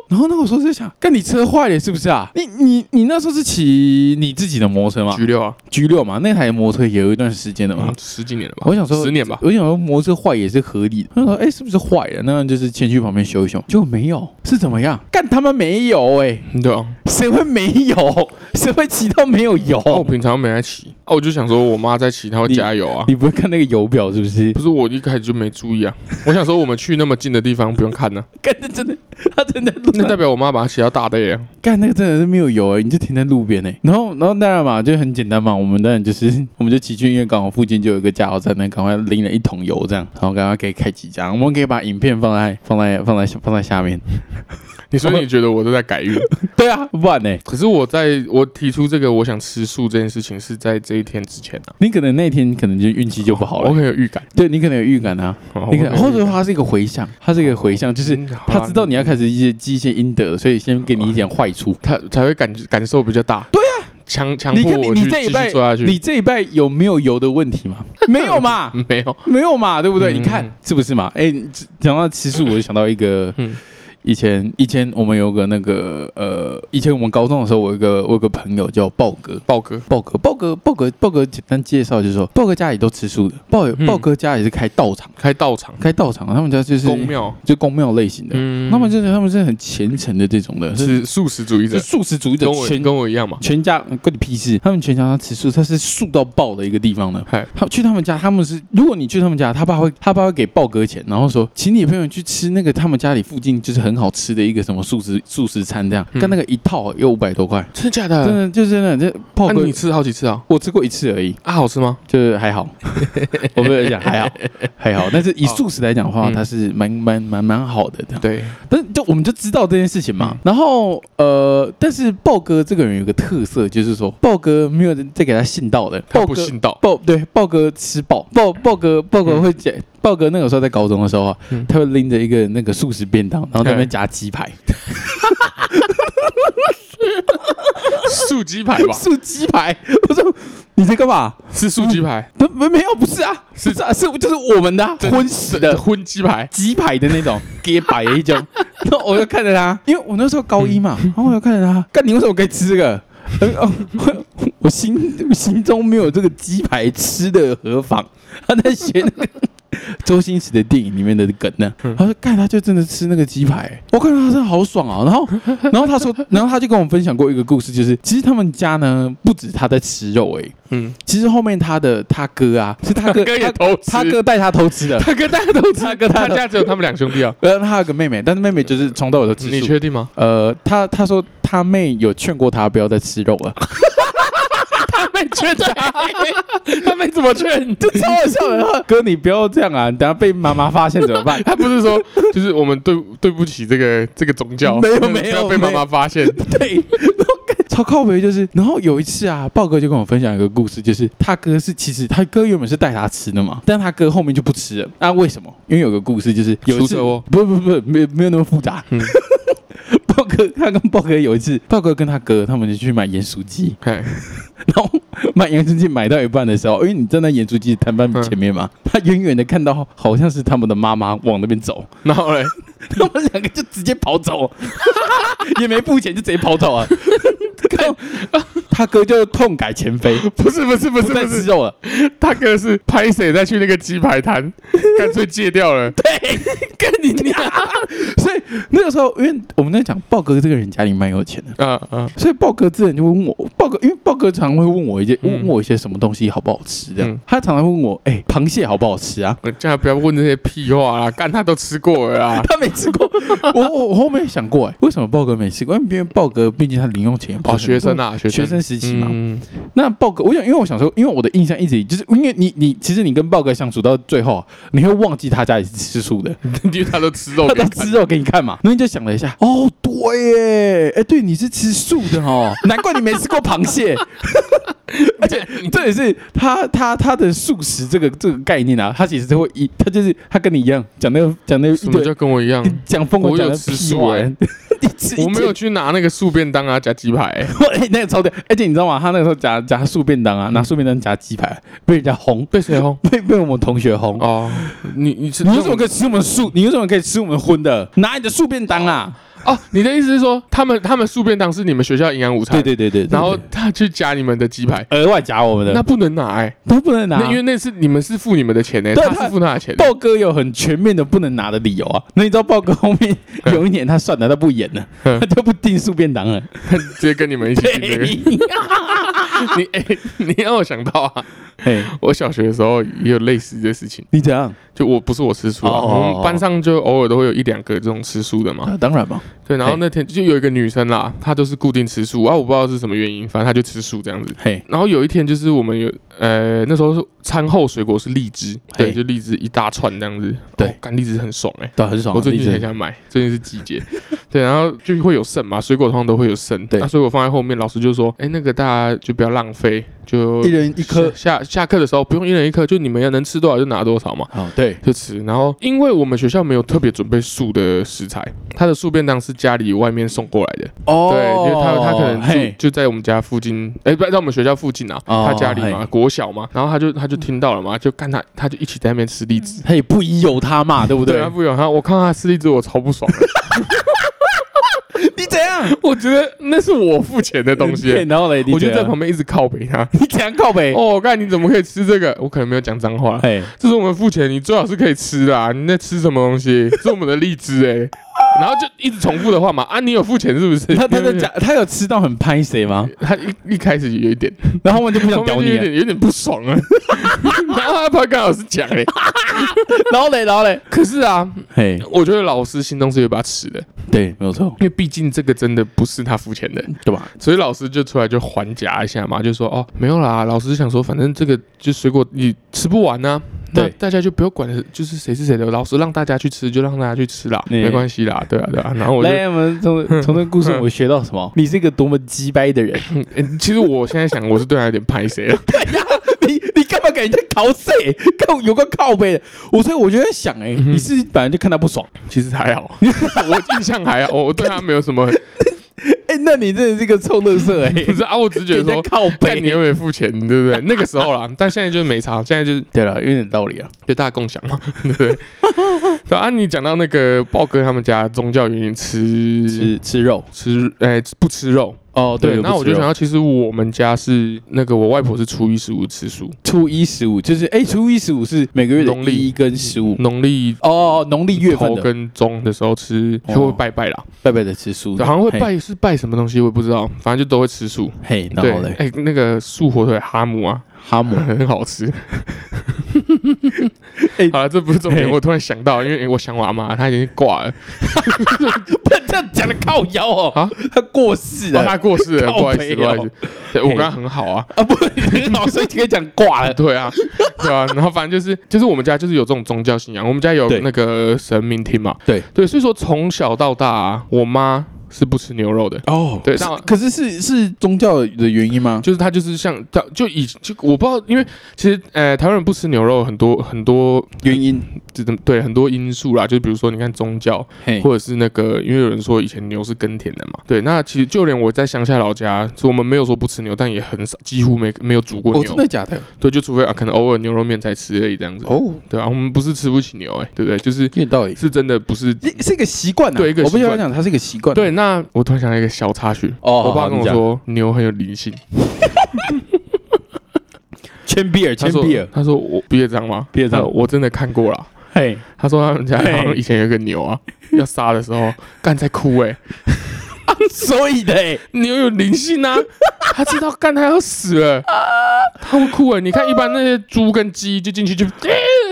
S2: 然后那个时候就想，干你车坏了是不是啊？你你你那时候是骑你自己的摩托车吗
S1: G 六啊，
S2: ？G 六嘛，那台摩托车也有一段时间了嘛。
S1: 嗯十几年了吧，
S2: 我想说
S1: 十年吧，
S2: 我想说摩托车坏也是合理的。他说：“哎、是不是坏了？那就是先去旁边修一修。”就没有，是怎么样？干他妈没有哎、
S1: 对啊，
S2: 谁会没有？ <laughs> 谁会骑到没有油？
S1: 哦，我平常没来骑，哦，我就想说我妈在骑，她会加油啊。
S2: 你不会看那个油表是不是
S1: 不？是我一开始就没注意啊！我想说我们去那么近的地方不用看
S2: <laughs>
S1: 呢、
S2: <laughs> 干那真的，他真的
S1: 那代表我妈把它骑到大的耶。
S2: 干那个真的是没有油哎、你就停在路边哎、然后然后当然嘛，就很简单嘛，我们当然就是 <laughs> 我们就骑去，因为刚好附近就有一个加油站，那赶快拎了一桶油这样，然后赶快可以开几家，我们可以把影片放在放在放在放在下 <laughs> 面。
S1: 你说你觉得我都在改运，
S2: 对啊，不然呢、
S1: 可是我在我提出这个我想吃素这件事情是在这一天之前啊，
S2: 你可能那天可能就运气就不好了
S1: 我。很有预感。
S2: 对你可能有预感啊，
S1: 哦
S2: 你可能
S1: 我
S2: 或
S1: 很有
S2: 者
S1: 预感
S2: 说它是一个回向，它是一个回向，就是
S1: 嗯好啊
S2: 他知道你要开始一些积一些阴德，所以先给你一点坏处。
S1: 他才会感感受比较大。对啊，强强
S2: 你
S1: 迫
S2: 看你
S1: 我
S2: 你
S1: 去
S2: 这
S1: 继
S2: 一
S1: 续
S2: 拜
S1: 做下去。
S2: 你这一拜有没有油的问
S1: <laughs>
S2: 题吗？没有嘛，
S1: 嗯没有，
S2: 没有嘛，对不对？
S1: 嗯
S2: 你看是不是嘛？哎，你讲到吃素，我就想到一个
S1: 嗯，
S2: 以前以前我们有个那个呃，以前我们高中的时候，我有一个我有个朋友叫豹哥，
S1: 豹哥
S2: 豹哥，豹哥，豹哥，豹哥，简单介绍就是说，豹哥家里都吃素的，豹
S1: 嗯
S2: 豹哥家里是开道场，
S1: 开道场
S2: 开道场，他们家就是
S1: 公庙，
S2: 就公庙类型的，
S1: 嗯
S2: 他们就是他们是很虔诚的这种的，是
S1: 是素食主义者
S2: 是，素食主义者
S1: 跟我
S2: 全
S1: 跟我一样嘛。
S2: 全家嗯关你屁事，他们全家他吃素，他是素到爆的一个地方呢。
S1: 嗨，
S2: 他去他们家，他们是如果你去他们家，他爸会他爸会给豹哥钱，然后说请你朋友去吃那个他们家里附近就是很好吃的一个什么素食素食餐这样，
S1: 嗯
S2: 干那个一套要五百多块，
S1: 真的假
S2: 真
S1: 的？
S2: 的就真的这豹
S1: 那
S2: 哥
S1: 你。吃好几次啊？
S2: 我吃过一次而已，
S1: 啊，好吃吗？
S2: 就是还
S1: <laughs>
S2: 好，我不能讲还好，还好。但是以
S1: 哦
S2: 素食来讲的话，
S1: 嗯
S2: 它是蛮蛮蛮蛮好的这样。
S1: 对，
S2: 但就我们就知道这件事情嘛。
S1: 嗯
S2: 然后呃，但是豹哥这个人有个特色，就是说豹哥没有人再给他信道的。
S1: 他
S2: 豹
S1: 不
S2: 哥
S1: 信道。
S2: 豹对豹哥吃豹豹豹哥豹哥会夹、豹哥那个时候在高中的时候啊，
S1: 嗯
S2: 他会拎着一个那个素食便当，然后在那边夹鸡排，
S1: 素鸡排
S2: <laughs>
S1: 吧？
S2: 素鸡排。我说你在干嘛？
S1: 是素鸡排，
S2: 不没没有不是啊，
S1: 是
S2: 不是啊是就是我们的、啊、
S1: 这
S2: 荤食的
S1: 这。荤鸡排。
S2: 鸡排的那种， <laughs> 给摆的一种。然后我就看着他，因为我那时候高一嘛，然后我就看着他，干你为什么可以吃这个？ <laughs> 呃哦，我我心我心中没有这个鸡排吃的何妨？他在学 <laughs> 那个周星驰的电影里面的梗呢。他说：“干，他就真的吃那个鸡排、我看到他真的好爽啊！然后，然后他说， <laughs> 然后他就跟我分享过一个故事，就是其实他们家呢，不止他在吃肉、欸，
S1: 嗯，
S2: 其实后面他的他哥啊，是他
S1: 他
S2: 哥
S1: 哥也偷吃
S2: 他哥带他偷吃的，
S1: 他跟大家都吃，
S2: 他跟
S1: 他
S2: 大家都
S1: 家只有他们两兄弟啊。
S2: 呃，他有个妹妹，但是妹妹就是从头到尾都吃
S1: 你
S2: 素。
S1: 确定吗？
S2: 呃，他他说他妹有劝过他不要再吃肉了，
S1: 他们劝他，他们怎么劝？？
S2: 就 <laughs> 超好笑的。然后哥，你不要这样啊，你等下被妈妈发现怎么办
S1: 他不是说，就是我们对对不起这个这个宗教，
S2: 没有
S1: 不要
S2: 没有
S1: 不要被妈妈发现。
S2: <laughs> 对，然后干 <laughs> 超靠北就是，然后有一次啊，豹哥就跟我分享一个故事，就是他哥是其实他哥原本是带他吃的嘛，但他哥后面就不吃了，那为什么？因为有个故事就是有一
S1: 出
S2: 次
S1: 车祸，
S2: 不不不，没有没有那么复杂。
S1: 嗯
S2: <laughs> 豹哥他跟豹哥有一次，豹哥跟他哥他们就去买盐酥鸡，
S1: 嘿
S2: 然后买盐酥鸡买到一半的时候，因哎为你站在盐酥鸡摊贩前面
S1: 嗯
S2: 嘛，他远远的看到好像是他们的妈妈往那边走， <laughs>
S1: 然后嘞，
S2: 他们两个就直接跑走， <laughs> 也没付钱就直接跑走啊。 <laughs> 看他哥就痛改前非，
S1: 不是不是不是
S2: 不再
S1: 不
S2: 吃
S1: 是，
S2: 肉了。
S1: 他哥是拍谁再去那个鸡排
S2: <laughs>
S1: 摊，干脆戒掉了。
S2: 对，跟你娘！ <laughs> 所以那个时候，因为我们在讲豹哥这个人家里蛮有钱的，
S1: 啊啊，
S2: 所以豹哥之前就会问我，豹哥因为豹哥常会问我一些，
S1: 嗯
S2: 问我一些什么东西好不好吃这样，
S1: 嗯
S2: 他常常问我，哎、螃蟹好不好吃啊？
S1: 我叫他不要问这些屁话啦，干他都吃过了啦。
S2: 他没吃
S1: <laughs>
S2: 过。我我我后面想过哎、为什么豹哥没吃过？因为豹哥毕竟他零用钱也不
S1: 哦，
S2: 是很
S1: 学生
S2: 多。
S1: 啊，学
S2: 学生时期嘛
S1: 嗯 <laughs>
S2: 那豹哥，我想，因为我想说，因为我的印象一直以就是，因为你你其实你跟豹哥相处到最后啊，你会忘记他家里是吃素的，
S1: 因为他都吃肉
S2: 他
S1: 给
S2: 都
S1: 你看，
S2: 吃肉给你看嘛。然后你就想了一下，哦，
S1: <laughs>
S2: 对耶，哎，对，你是吃素的哦，难怪你没吃过螃蟹。而且这也是他他他的素食这个这个概念啊，他其实是会一他就是他跟你一样讲那个讲那个
S1: 什么叫跟我一
S2: <laughs>
S1: 样？
S2: 讲疯狂
S1: 我有
S2: 讲的
S1: 吃
S2: 屁
S1: 素欸
S2: 玩， <laughs> 你吃
S1: 我没有，去拿那个素便当啊，夹鸡排、欸
S2: 哎、那个超屌，而且你知道吗？他那个时候夹夹素便当啊，
S1: 嗯
S2: 拿素便当夹鸡排，被人家轰，
S1: 被谁轰？
S2: 被被我们同学轰。
S1: 哦，你你是
S2: 你为什么可以吃我们素？你为什么可以吃我们荤的？拿你的素便当啊！
S1: 哦？你的意思是说，他们他们素便当是你们学校营养午餐，
S2: 对对对对，对
S1: 然后
S2: 对
S1: 他去夹你们的鸡排，
S2: 额外夹我们的，
S1: 那不能拿哎、欸
S2: 那不能拿，
S1: 那因为那是你们是付你们的钱呢、
S2: 啊对
S1: 他
S2: 他
S1: 是付他的钱欸、
S2: 豹哥有很全面的不能拿的理由啊。那你知道豹哥后面有一年他算了，他不演了，
S1: 嗯
S2: 他就不订素便当
S1: <laughs>
S2: 了。
S1: 直接跟你们一
S2: <laughs>
S1: 起去那个。你哎、你让我想到啊，
S2: 嘿，
S1: 我小学的时候也有类似的事情，
S2: 你怎样？
S1: 就我不是我吃素啊，
S2: 哦
S1: 我们班上就偶尔都会有一两个这种吃素的嘛。
S2: 啊，当然嘛，
S1: 对，然后那天就有一个女生啦，她就是固定吃素啊，我不知道是什么原因，反正她就吃素这样子。
S2: 嘿，
S1: 然后有一天就是我们有呃那时候是餐后水果是荔枝，对，
S2: 嘿
S1: 就荔枝一大串这样子。
S2: 对
S1: 哦干、荔枝很爽哎、
S2: 对，很爽啊。
S1: 我最近
S2: 荔枝
S1: 很想买，最近是季节， <laughs> 对，然后就会有剩嘛，水果通常都会有剩，
S2: 对
S1: 那水果放在后面，老师就说，哎，那个大家就不要浪费，就
S2: 一人一颗。
S1: 下下下课的时候不用一人一颗，就你们要能吃多少就拿多少嘛。
S2: 哦，对，
S1: 就吃，然后因为我们学校没有特别准备素的食材，它的素便当是家里外面送过来的，
S2: 哦
S1: 对，因为他他可能住
S2: 嘿
S1: 就在我们家附近，哎、不在我们学校附近啊，
S2: 哦
S1: 他家里嘛，国小嘛，然后他就他就听到了嘛，就看他他就一起在那边吃荔枝，
S2: 他也不疑有他 <laughs> 嘛，对不啊
S1: 对，他啊不有他，我看到他吃荔枝我超不爽
S2: <laughs>
S1: 的，
S2: 你怎样？
S1: 我觉得那是我付钱的东
S2: <laughs>
S1: 西，
S2: 然后嘞，你
S1: 我就在
S2: 边，
S1: 旁边一直靠北他，
S2: 你怎样靠北？
S1: 哦，干你怎么可以吃这个？我可能没有讲脏话。
S2: <laughs> 嘿，
S1: 这是我们付钱，你最好是可以吃的啊！你在吃什么东西？是我们的荔枝哎、然后就一直重复的话嘛啊，你有付钱是不是？
S2: 他他在讲，他有吃到很拍谁 <laughs> 吗？
S1: <laughs> 他一一开始有一点，
S2: 然后我就不想
S1: 后面
S2: 屌
S1: 就
S2: 你啊
S1: 有
S2: 了，
S1: 点有点不爽啊。 <laughs> 然后他怕跟老师讲嘞，
S2: 然后嘞，然后嘞，
S1: 可是啊，
S2: 嘿，
S1: 我觉得老师心中是有把他吃的，
S2: 对，没有错，
S1: 因为毕竟这个真的不是他付钱的，
S2: 对吧？
S1: 所以老师就出来就还夹一下嘛，就说哦没有啦，老师想说反正这个就水果你吃不完呢、那
S2: 对
S1: 大家就不要管了，就是谁是谁的，老师让大家去吃就让大家去吃啦，
S2: 嗯
S1: 没关系啦，对啊对啊。然后我就、
S2: <laughs> 来，我们 <laughs> 从从这个故事我学到什么？ <laughs> 你是一个多么鸡掰 <laughs> 的人！
S1: 嗯欸其实我现在想我是对他有点啊拍谁了，
S2: 哎你你干嘛给人家逃税？靠，有个靠背的。我所以我就在想，哎，你是本来就看他不爽，
S1: <laughs> 其实还好， <laughs> 我印象还好，我对他没有什 <laughs> 么，
S2: <laughs> 哎，那你真的是个臭乐 <laughs> 色，哎，
S1: 不是啊，我只是觉
S2: 给
S1: 得
S2: 人
S1: <laughs>
S2: 家
S1: 说。
S2: 靠
S1: 看你
S2: 背。
S1: 有没有付钱，对不对？那个时候啦，但现在就是没差，现在就是
S2: 对了，有点道理啊。
S1: 就大家共享嘛，对不 <laughs> 对？对啊，你讲到那个豹哥他们家宗教原因吃
S2: 吃吃肉
S1: 吃，哎、不吃肉。
S2: 哦，
S1: 对，
S2: 不
S1: 那我
S2: 吃
S1: 就
S2: 肉
S1: 想到，其实我们家是那个我外婆是初一十五吃素，
S2: 初一十五，就是哎，初一十五是每个月的
S1: 农历
S2: 一跟十五。
S1: 农历
S2: 哦，农历月份
S1: 头
S2: 的
S1: 跟中的时候吃
S2: 哦
S1: 就会拜拜啦，
S2: 拜拜的吃素，
S1: 对好像会
S2: 嘿。
S1: 拜是拜什么东西我也不知道，反正就都会吃素。
S2: 嘿，
S1: 对
S2: 然后，嘞，
S1: 哎，那个素火腿哈姆啊，
S2: 哈
S1: <laughs>
S2: 姆，
S1: 很好吃。
S2: <laughs> 哎
S1: 好了，这不是重点，
S2: 嘿
S1: 我突然想到，因为我想我阿妈，她已经挂了，
S2: 他这样讲的靠腰
S1: 啊
S2: 哦，他过世
S1: 哦
S2: 了
S1: 她过世了，
S2: <laughs> 靠
S1: 不好意思，
S2: 北哦
S1: 不好意思，对我跟她很好啊。
S2: 啊，不， <laughs> 老师可以讲挂了。
S1: 对啊，对
S2: <laughs>
S1: 啊，然后反正就是就是我们家就是有这种宗教信仰，我们家有
S2: 对
S1: 那个神明厅嘛，
S2: 对
S1: 对，所以说从小到大、啊，我妈是不吃牛肉的，
S2: 哦
S1: 对
S2: 是
S1: 那
S2: 可是是是宗教的原因吗？
S1: 就是她就是像她就以就我不知道，因为其实呃台湾人不吃牛肉很多很多
S2: 原因，
S1: 这种对很多因素啦，就比如说你看宗教
S2: 嘿，
S1: 或者是那个，因为有人说以前牛是耕田的嘛，对，那其实就连我在乡下老家，所以我们没有说不吃牛，但也很少，几乎没没有煮过
S2: 哦，
S1: 牛
S2: 真，的假的？
S1: 对，就除非啊可能偶尔牛肉面才吃而已这样子。
S2: 哦，
S1: 对啊，我们不是吃不起牛、欸，哎，对不对？就是
S2: 有道理，
S1: 是真的不是。
S2: 是是一个习惯啊。
S1: 对一个
S2: 我不
S1: 习
S2: 想
S1: 惯
S2: 讲，它是一个习惯。啊
S1: 对，，那我突然想到一个小插曲，
S2: 哦
S1: 我爸
S2: 好
S1: 跟
S2: 你
S1: 我
S2: 讲
S1: 说牛很有灵性，
S2: 铅笔儿，
S1: 他
S2: 铅
S1: 说
S2: 笔儿，
S1: 他说我毕业章吗？
S2: 毕业章
S1: 他说我真的看过了。 <laughs>
S2: 嘿，
S1: 他说他们家
S2: 嘿
S1: 好像以前有一个牛啊，要杀的时候干在哭哎、欸
S2: 所以的欸，
S1: 牛有灵性啊，他知道干他要死了，他会哭哎、你看一般那些猪跟鸡就进去就、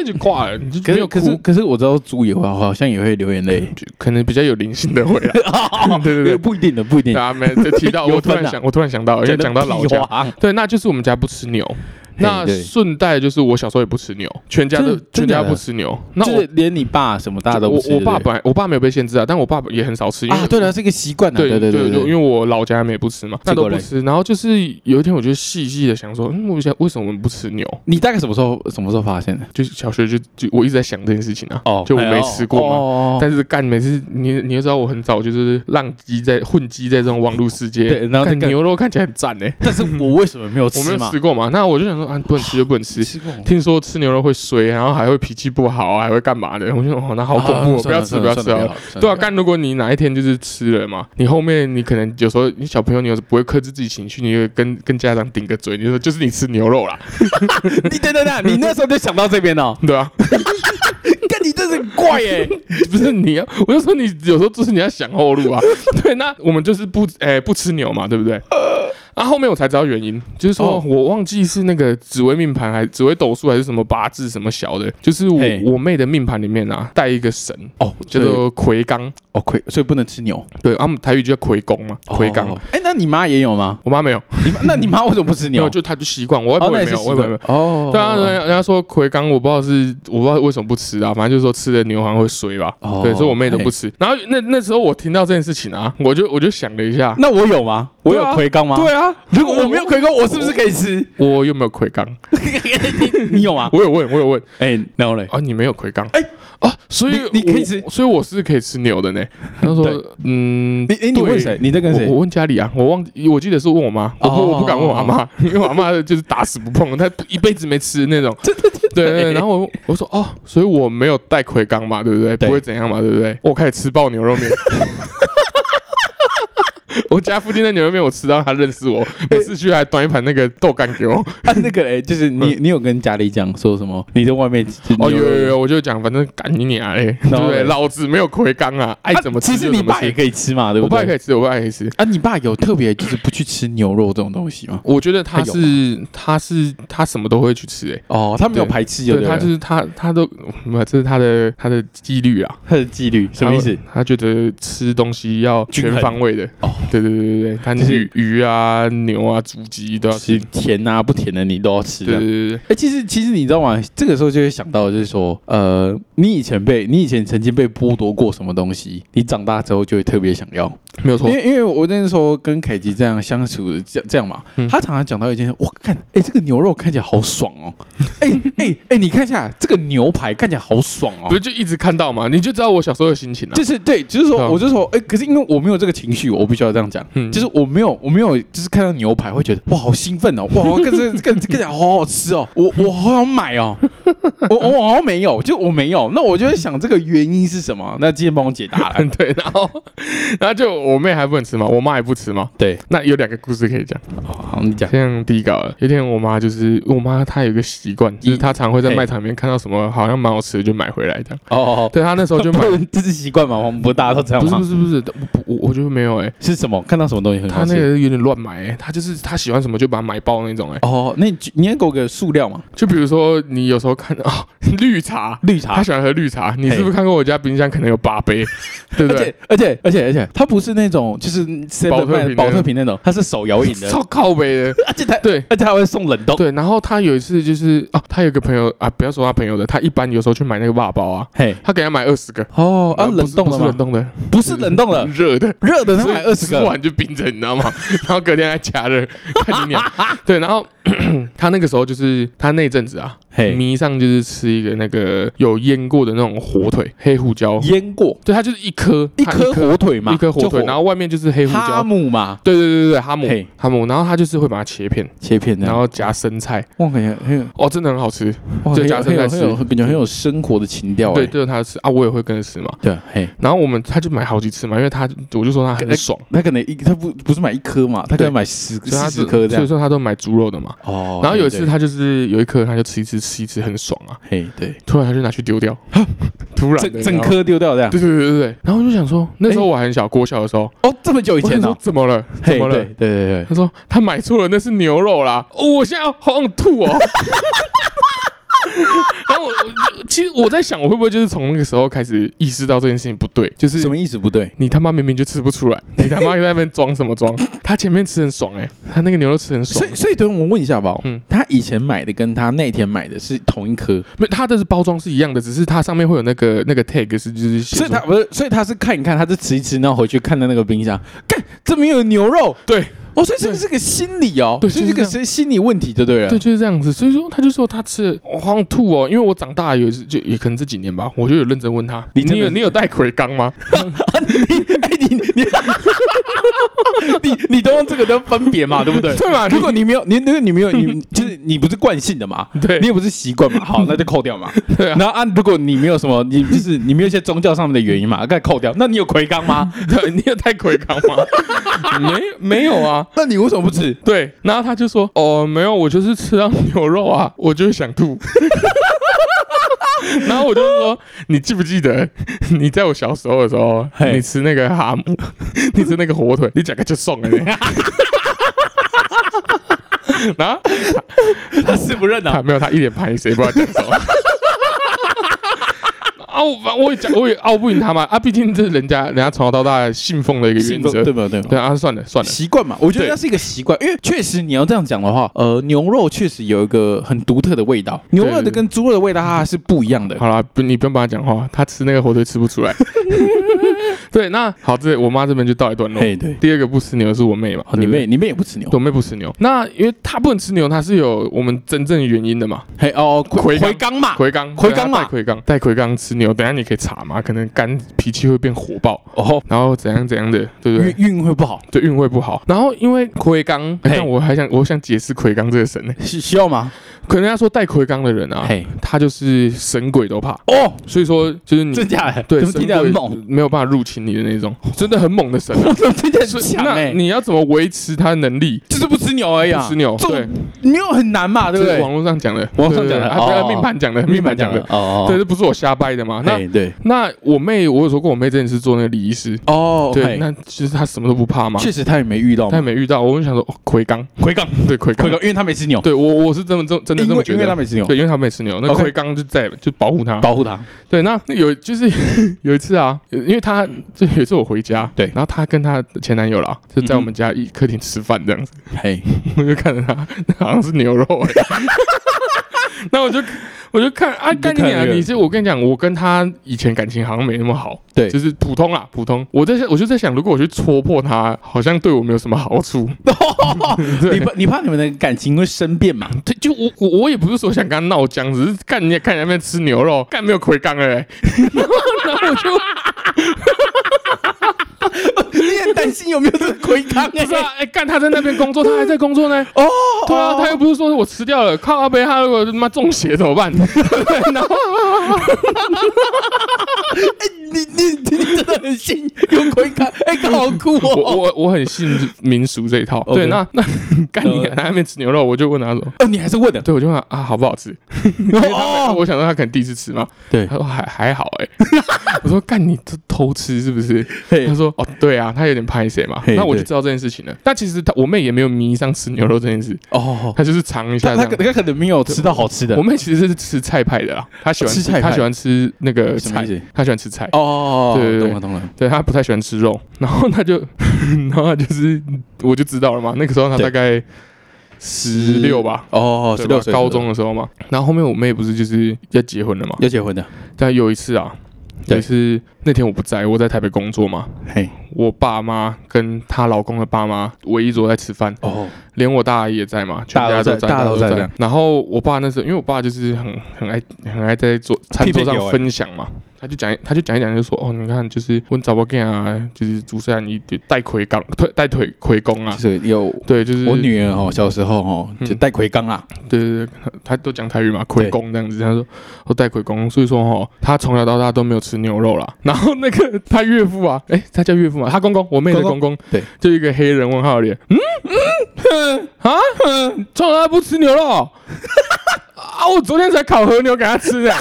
S1: 就挂了，你就
S2: 可
S1: 没
S2: 是
S1: 有
S2: 可
S1: 哭，
S2: 是可是我知道猪也会，好像也会流眼泪。
S1: 就可能比较有灵性的会来。
S2: <laughs>
S1: 对对对
S2: 不一定的，不一定
S1: 对。啊，没就提到
S2: <laughs> 有
S1: 我突然
S2: 分啊
S1: 想，我突然想到，因为讲到老
S2: 讲
S1: 家
S2: 得屁，话
S1: 对，那就是我们家不吃牛，那
S2: 对
S1: 顺带就是我小时候也不吃牛，全家
S2: 真
S1: 都
S2: 的
S1: 全
S2: 真的
S1: 家
S2: 假的
S1: 不吃牛。那
S2: 就
S1: 我
S2: 是连你爸什么大家都不吃
S1: 我我爸
S2: 对不
S1: 本来我爸没有被限制啊，但我爸也很少吃，
S2: 对
S1: 因为
S2: 啊，对了，是一个习惯啊，
S1: 对
S2: 对
S1: 对
S2: 对
S1: 因为我老家没不吃嘛，那
S2: 结
S1: 都
S2: 果
S1: 不
S2: 嘞
S1: 吃。然后就是有一天，我就细细的想说，嗯，我想为什么我们不吃牛？
S2: 你大概什么时候什么时候发现的？
S1: 就是小学就就我一直在想这件事情啊，
S2: 哦
S1: 就我没吃过嘛。
S2: 嘛
S1: 但是干每次你你也知道我很早就是浪迹在混迹在这种网络世界，
S2: 对然后
S1: 干
S2: 这个
S1: 牛肉看起来很赞呢、欸
S2: 但是我为什么没有
S1: 我没
S2: 吃啊
S1: 有
S2: 嘛
S1: 吃？过嘛，那我就想说啊不能吃就不能吃，
S2: 吃过，
S1: 听说吃牛肉会衰，然后还会脾气不好啊，还会干嘛的？我就哦，那好恐怖、哦，
S2: 啊
S1: 不要吃，
S2: 算
S1: 不
S2: 了
S1: 要
S2: 算
S1: 吃啊！
S2: 了算了算了
S1: 对啊，干！如果你哪一天就是吃了嘛，你后面你可能有时候你小朋友你有时候不会克制自己情绪，你会跟跟家长顶个嘴，你就说就是你吃牛肉啦，，
S2: 你等等等，你那时候就想到这边哦
S1: 对啊，
S2: 看你真是怪耶、
S1: <laughs> 不是你要，我就说你有时候就是你要想后路
S2: <laughs>
S1: 啊。对，那我们就是不诶、不吃牛嘛，对不对？啊，后面我才知道原因，就是说、
S2: 呃哦
S1: 我忘记是那个紫微命盘还紫微斗数还是什么八字什么小的，就是我
S2: 嘿
S1: 我妹的命盘里面啊带一个神，
S2: 哦，
S1: 叫
S2: 所以
S1: 做魁罡，
S2: 哦亏，所以不能吃牛，
S1: 对，啊他们台语就叫魁公嘛，魁罡。
S2: 哦。哎、那你妈也有吗？
S1: 我妈没有，
S2: 你妈那你妈为什么不吃
S1: 没
S2: 牛？
S1: 有，就她就习惯，我外婆
S2: 哦，那
S1: 也
S2: 也
S1: 没
S2: 是
S1: 有，
S2: 习
S1: 我外婆也没有
S2: 惯。哦，
S1: 对啊，人家人家说魁罡，我不知道是我不知道为什么不吃啊，反正就是说吃了牛好像会衰吧。
S2: 哦
S1: 对，所以我妹都不吃。然后那那时候我听到这件事情啊，我就我就想了一下，
S2: 那我有吗？我
S1: 对
S2: 有
S1: 啊
S2: 魁罡吗？
S1: 对啊，
S2: <laughs> 如果我没有魁罡，我是不是可以吃？
S1: 我有没有魁罡？
S2: 你你有吗？
S1: 我有问，我有问
S2: <laughs> 哎、然后嘞，
S1: 啊，你没有魁罡？
S2: 哎
S1: 啊，所以
S2: 你你可以
S1: 我
S2: 吃
S1: 所以我是可以吃牛的呢。他说
S2: 对，
S1: 嗯，
S2: 你哎、你问
S1: 对
S2: 谁？你在跟
S1: 我
S2: 谁
S1: 我？问家里啊，我忘记，我记得是问我妈，我不、
S2: 哦
S1: 我不敢问我阿妈，因为我阿妈就是打死不碰，她一辈子没吃那种。 <laughs> 对对
S2: <laughs>
S1: 对对。然后我我说哦，所以我没有带葵缸嘛，对不对？
S2: 对
S1: 不会怎样嘛，对不对？我开始吃爆牛肉
S2: <laughs>
S1: 面。我家附近的牛肉面，我吃到他认识我，每次去还端一盘那个豆干给我。
S2: 啊，那个嘞，就是你，你有跟家里讲说什么？你在外面吃
S1: 哦，有
S2: 牛
S1: 有
S2: 肉啊
S1: 有有，我就讲，反正赶你娘嘞，对
S2: 然后
S1: 不对？
S2: 嘞
S1: 老子没有葵缸啊，爱
S2: 啊
S1: 怎么吃
S2: 其实
S1: 就
S2: 你
S1: 怎么
S2: 爸也
S1: 吃。
S2: 可以吃嘛，对
S1: 我
S2: 不
S1: 爸也可
S2: 对？
S1: 以吃，我爸也可以吃。
S2: 啊，你爸有特别就是不去吃牛肉这种东西吗？
S1: 我觉得他
S2: 还有
S1: 是他是他什么都会去吃、欸，
S2: 哦，他没有
S1: 对
S2: 排斥，
S1: 对
S2: 不
S1: 他就是他，他都没有，这是他的他的纪律啊。
S2: 他的纪律，什么意思？
S1: 他？他觉得吃东西要全方位的。
S2: 衡哦，
S1: 对对对对对，他
S2: 就是
S1: 鱼鱼啊、牛啊、猪鸡都要吃。
S2: 吃甜啊不甜的你都要吃
S1: 对
S2: 的
S1: 对。对对，
S2: 哎、其实其实你知道吗？这个时候就会想到，就是说，呃，你以前被你以前曾经被剥夺过什么东西，你长大之后就会特别想要。
S1: 没有错
S2: 因。为因为我那时候跟凯吉这样相处，这样这样嘛，
S1: 嗯
S2: 他常常讲到一件事，我看，哎、这个牛肉看起来好爽哦，哎哎哎，你看一下这个牛排看起来好爽哦
S1: 不。是就一直看到嘛，你就知道我小时候的心情了、
S2: 就是对，就是
S1: 对啊
S2: 说，我就说，哎、可是因为我没有这个情绪，我必须要这样讲。
S1: 嗯
S2: 就是我没有，我没有，就是看到牛排会觉得哇，好兴奋哦，哇，跟这 <laughs> 跟这个好好吃哦，我我好想买哦，我我好像没有，就我没有，那我就在想这个原因是什么？ <laughs> 那今天帮我解答
S1: <laughs>
S2: 了。
S1: 嗯对，然后然后就我妹还不能吃嘛，我妈也不吃嘛。
S2: <laughs> 对，
S1: 那有两个故事可以讲。
S2: 好，你讲。
S1: 像第一个好了，有一天我妈就是我妈，她有一个习惯，就是她常会在卖场里面看到什么好像蛮好吃的就买回来这样。
S2: 哦哦，
S1: 对她那时候就买
S2: <laughs>
S1: 嗯
S2: 不，能这是习惯嘛，我们不大家都这
S1: <laughs>
S2: 样
S1: 不
S2: 吗？
S1: 是不是不是，我我我觉得没有哎、
S2: 是什么？看到什么东西很
S1: 他
S2: 好
S1: 那
S2: 吃？
S1: 个有点乱买、欸，他就是他喜欢什么就把它买爆那种、欸，哎，
S2: 哦，那你你也给我个塑料嘛，
S1: 就比如说你有时候看哦， <laughs> 绿茶，
S2: 绿
S1: 他
S2: 茶。
S1: 喜欢喝绿茶，你是不是看过我家冰箱可能有八杯，对不
S2: 而
S1: 对
S2: 且？而且而且而且，它不是那种就是
S1: 保特瓶那种
S2: 保特瓶那种，它是手摇饮哦的，
S1: 超靠北的，
S2: <laughs> 而且它
S1: 对。
S2: 而且还会送冷冻。
S1: 对，然后他有一次就是啊，他有个朋友啊，不要说他朋友的，他一般有时候去买那个辣包啊，
S2: 嘿，
S1: 他给他买二十个，
S2: 哦，啊，
S1: 然后不
S2: 冷
S1: 是
S2: 冻
S1: 不
S2: 的
S1: 是冷
S2: 吗？
S1: 冻的，
S2: 不是冷冻的，
S1: <laughs> 热的，
S2: 热的他
S1: 嗯所以
S2: 买二十
S1: 吃
S2: 个。
S1: 完就冰着，你知道吗？ <laughs> 然后隔天还加热， <laughs> 看你
S2: <laughs>
S1: 娘。对，然后 <clears throat> 他那个时候就是他那阵子啊，
S2: 嘿，
S1: 迷上就是吃一个那个有腌过的那种火腿，黑胡椒。
S2: 腌过
S1: 对，它就是一颗
S2: 一
S1: 它
S2: 颗火腿嘛，
S1: 一颗火
S2: 就
S1: 腿，然后外面就是黑胡
S2: 哈
S1: 椒。
S2: 姆嘛，
S1: 对对对对对，哈姆
S2: 嘿
S1: 哈姆，然后它就是会把它切片，
S2: 切片的。
S1: 然后夹生菜，
S2: 哇，感觉很有，
S1: 哦，真的很好吃。
S2: 哇，
S1: 就
S2: 很有
S1: 夹生
S2: 很有
S1: 菜
S2: 很有，
S1: 吃
S2: 感觉很有生活的情调。
S1: 对，
S2: 哎
S1: 就是他吃啊，我也会跟着吃嘛。
S2: 对，嘿，
S1: 然后我们他就买好几次嘛，因为他我就说他
S2: 哎
S1: 很爽，
S2: 他可能一他不不是买一颗嘛，他可能买十
S1: 所以他
S2: 四十颗
S1: 所
S2: 这
S1: 以
S2: 样。
S1: 说他都买猪肉的嘛。
S2: 哦
S1: 然后有一次
S2: 对
S1: 他就是有一颗他就吃一次吃一次很爽啊，
S2: 对嘿，对，
S1: 突然他就拿去丢掉，突然的你
S2: 整整。
S1: 知道吗
S2: 颗丢哎掉这样。
S1: 对对对对对，然后我就想说，那时候我还很小，国小的时候，
S2: 哦，这么久以
S1: 我
S2: 前
S1: 想说
S2: 呢？
S1: 怎么了？怎
S2: 嘿
S1: 么
S2: 对
S1: 了？
S2: 对对对，
S1: 他说他买错了，那是 <laughs> 牛肉啦。哦，我现在好想吐哦。然后我我其实我在想，我会不会就是从那个时候开始意识到这件事情不对，就是
S2: 什么意思不对？
S1: 你他妈明明就吃不出
S2: <laughs>
S1: 来，你他妈又在那边装什么装？他前面吃很爽哎、他那个牛肉吃很爽
S2: 所以，，所以等我问一下吧。
S1: 嗯
S2: 他以前买的跟他那天买的是同一颗，
S1: 没它的是包装是一样的，只是它上面会有那个那个 tag 是就是写说，
S2: 所以他不是，所以他是看一看，他是吃一吃，然后回去看到那个冰箱，干，这边有牛肉。
S1: 对
S2: 哦，所以这个是个心理哦，
S1: 对
S2: 所以
S1: 就是
S2: 这
S1: 这
S2: 个
S1: 样
S2: 是心理问题，就对了。
S1: 对，就是这样子。所以说他就说他吃我好像吐哦，因为我长大有一次就也可能这几年吧，我就有认真问他，
S2: 你
S1: 你
S2: 真的
S1: 有
S2: 是
S1: 你有带葵缸吗？
S2: 哎，你你 <laughs> 你你都用这个的分别嘛，对不对？
S1: <laughs> 对嘛
S2: 如果你没有，你那个你没有，你就是你不是惯性的嘛，
S1: 对
S2: 你也不是习惯嘛，好，那就扣掉嘛。
S1: 对啊
S2: 然后啊，如果你没有什么，你就是你没有一些宗教上面的原因嘛，该扣掉。那你有奎
S1: <laughs>
S2: 刚吗？
S1: 对，你有带葵缸吗？ <laughs> 没没有啊。
S2: 那你为什么不吃？
S1: 对，然后他就说：“哦，没有，我就是吃到牛肉啊，我就想吐。” <laughs> 然后我就说：“你记不记得你在我小时候的时候，
S2: 嘿
S1: 你吃那个哈姆， <laughs> 你吃那个火腿，你讲个就送了你。” <laughs> 然后
S2: <laughs> 他是不认
S1: <laughs> 他
S2: 啊。
S1: 没有，他一脸盘谁不知道讲什么。 <laughs> 啊，我反我也讲，我也拗不赢他嘛。啊，毕竟这是人家人家从小到大信奉的一个原
S2: 信奉
S1: 则，
S2: 对吧？对吧。
S1: 对啊，算了算了，
S2: 习惯嘛，我觉得
S1: 对
S2: 那是一个习惯，因为确实你要这样讲的话，呃，牛肉确实有一个很独特的味道，牛肉
S1: 对嗯
S2: 的
S1: 对
S2: 跟猪肉的味道它是不一样的。
S1: 好啦，不，你不用帮他讲话，他吃那个火腿吃不出 <laughs> 来。对，那好，这我妈这边就到一段落。
S2: 嘿，对，
S1: 第二个不吃牛的是我妹嘛，
S2: 哦你
S1: 对不对
S2: 妹，你妹也不吃牛
S1: 对，，我妹不吃牛。那因为她不能吃牛，她是有我们真正的原因的嘛。
S2: 嘿哦，
S1: 回缸
S2: 回回缸嘛，
S1: 啊葵刚，
S2: 葵缸
S1: 对她
S2: 嘛
S1: 带葵刚，带葵刚吃牛，等一下你可以查嘛，可能肝脾气会变火爆，
S2: 哦，
S1: 然后怎样怎样的，对不
S2: 运
S1: 对？
S2: 运会不好，
S1: 对运会不好，然后因为葵刚，
S2: 嘿
S1: 但我还想，我想解释葵刚这个神呢、
S2: 需需要吗？
S1: 可能人家说带葵刚的人啊，
S2: 嘿，
S1: 他就是神鬼都怕，
S2: 哦，
S1: 所以说就是你
S2: 真假的？
S1: 对，
S2: 怎么听起来很猛？， <laughs>
S1: 没有办法入侵你的那种，真的很猛的神、啊。
S2: 怎么听起来
S1: 所
S2: 很
S1: 以
S2: 强
S1: 那
S2: 哎？
S1: 你要怎么维持他的能力？
S2: 就是不吃牛而已啊，
S1: 不吃牛
S2: 这种
S1: 对
S2: 牛很难嘛，对不
S1: 这是
S2: 对？
S1: 网络上讲的，
S2: 网上
S1: 对对
S2: 讲的
S1: 对啊，不
S2: 哦
S1: 要命盘讲的，
S2: 明
S1: 命
S2: 白
S1: 盘讲的，
S2: 哦
S1: 对，，这不是我瞎掰的嘛？那
S2: 嘿对，
S1: 那我妹，我有说过，我妹真的是做那个礼仪师，
S2: 哦，
S1: 对，
S2: 嘿
S1: 那其实她什么都不怕嘛，
S2: 确实他也没遇到
S1: 她也
S2: 嘛，
S1: 没遇到，我就想说，哦，奎刚，
S2: 回
S1: <laughs>
S2: 缸
S1: 对，奎刚
S2: 回，缸，因为他没吃牛，
S1: 对我我是这么真真的这
S2: 因
S1: 么
S2: 为
S1: 觉
S2: 因为他
S1: 得。
S2: 没吃牛，
S1: 对，因为他没吃牛，那
S2: OK
S1: 奎刚就在就保护他。
S2: 保护他，
S1: 对，那有就是 <laughs> 有一次啊，因为她就有一次我回家，
S2: 对
S1: 然后她跟她前男友啦，就在我们家一客厅吃饭这样子。 <laughs>
S2: 嘿，
S1: 我就看着他，那好像是牛肉、 <laughs> 欸。那我就我就看啊，干你
S2: 看那
S1: 啊！
S2: 个
S1: 你这我跟你讲，我跟他以前感情好像没那么好，
S2: 对
S1: 就是普通啦，普通。我在想我就在想，如果我去戳破他，好像对我没有什么好处。对
S2: 你怕你怕你们的感情会生变嘛？
S1: 对，就我我我也不是说想跟他闹僵，只是看人家看人家在那边吃牛肉，干没有魁刚
S2: <laughs>
S1: 哎、欸，然后我就
S2: 你很担心有没有这个回缸
S1: 不是啊，哎、干他在那边工作，他还在工作
S2: <laughs>
S1: 呢。
S2: 哦，
S1: 对啊，他又不是说我吃掉了，靠阿贝他如果他妈中邪怎么
S2: <laughs>
S1: 办？对然后
S2: 哎你你你真的很信有回缸， <laughs> 哎，好酷
S1: 我
S2: 哦！
S1: 我我很信民俗这一套。
S2: OK 呃
S1: 对，那
S2: <laughs>
S1: 那干你啊他在那边吃牛肉，我就问他说，
S2: 哦，你还是问的
S1: 对，我就问他啊好不好
S2: <laughs>
S1: 吃？
S2: 哦，
S1: 我想说他可能第一次吃嘛，
S2: 对
S1: 他说还还好哎、 <laughs> 我说干你这偷吃是不是？
S2: 嘿
S1: 他说哦对啊，他有点拍谁嘛，
S2: 嘿
S1: 那我就
S2: 对
S1: 知道这件事情了。但其实他我妹也没有迷上吃牛肉这件事，
S2: 哦，
S1: 她就是尝一下这
S2: 他他
S1: 样啊
S2: 可。他可能没有吃到好吃的
S1: 我妹其实是吃菜派的啦，啊她喜欢
S2: 哦吃菜派
S1: 她喜欢吃那个
S2: 什么
S1: 菜
S2: 意思，
S1: 她喜欢吃菜。
S2: 哦，
S1: 对对对
S2: 懂了懂了，
S1: 对他不太喜欢吃肉， <laughs> 然后他就，然后他就是，我就知道了嘛。那个时候他大概十六吧，
S2: 哦，
S1: 对
S2: 十
S1: 吧
S2: 六岁
S1: 高中的时候嘛。然后后面我妹不是就是要结婚了嘛？
S2: 要结婚的，
S1: 但有一次啊，
S2: 对
S1: 有一次那天我不在，我在台北工作嘛，
S2: 嘿，
S1: 我爸妈跟她老公的爸妈围一桌在吃饭，
S2: 哦，
S1: 连我大阿姨也在嘛，全
S2: 大
S1: 家
S2: 家都
S1: 都
S2: 在
S1: 在，
S2: 大家都在
S1: 大
S2: 这样
S1: 然后我爸那时候，因为我爸就是很很爱很爱在桌餐
S2: 屁屁
S1: 桌
S2: 有
S1: 上
S2: 欸
S1: 分享嘛，他就讲他就讲一讲，就说哦，你看就是问早不干啊，就是主持人你带魁刚腿 <laughs> 带腿魁公啊
S2: 就，是有
S1: 对，就是
S2: 我女儿哦，小时候哦
S1: 嗯
S2: 就带奎刚啦，
S1: 对对对，他他都讲台语嘛，魁
S2: 对
S1: 公这样子，他说我带魁公，所以说哦，他从小到大都没有吃牛肉啦。然后那个他岳父啊，哎，他叫岳父嘛，他公公，我妹的
S2: 公
S1: 公公，
S2: 对，
S1: 就一个黑人问号脸，嗯嗯哼啊，哼从小到大不吃牛肉哦啊，我昨天才烤和牛给他吃的。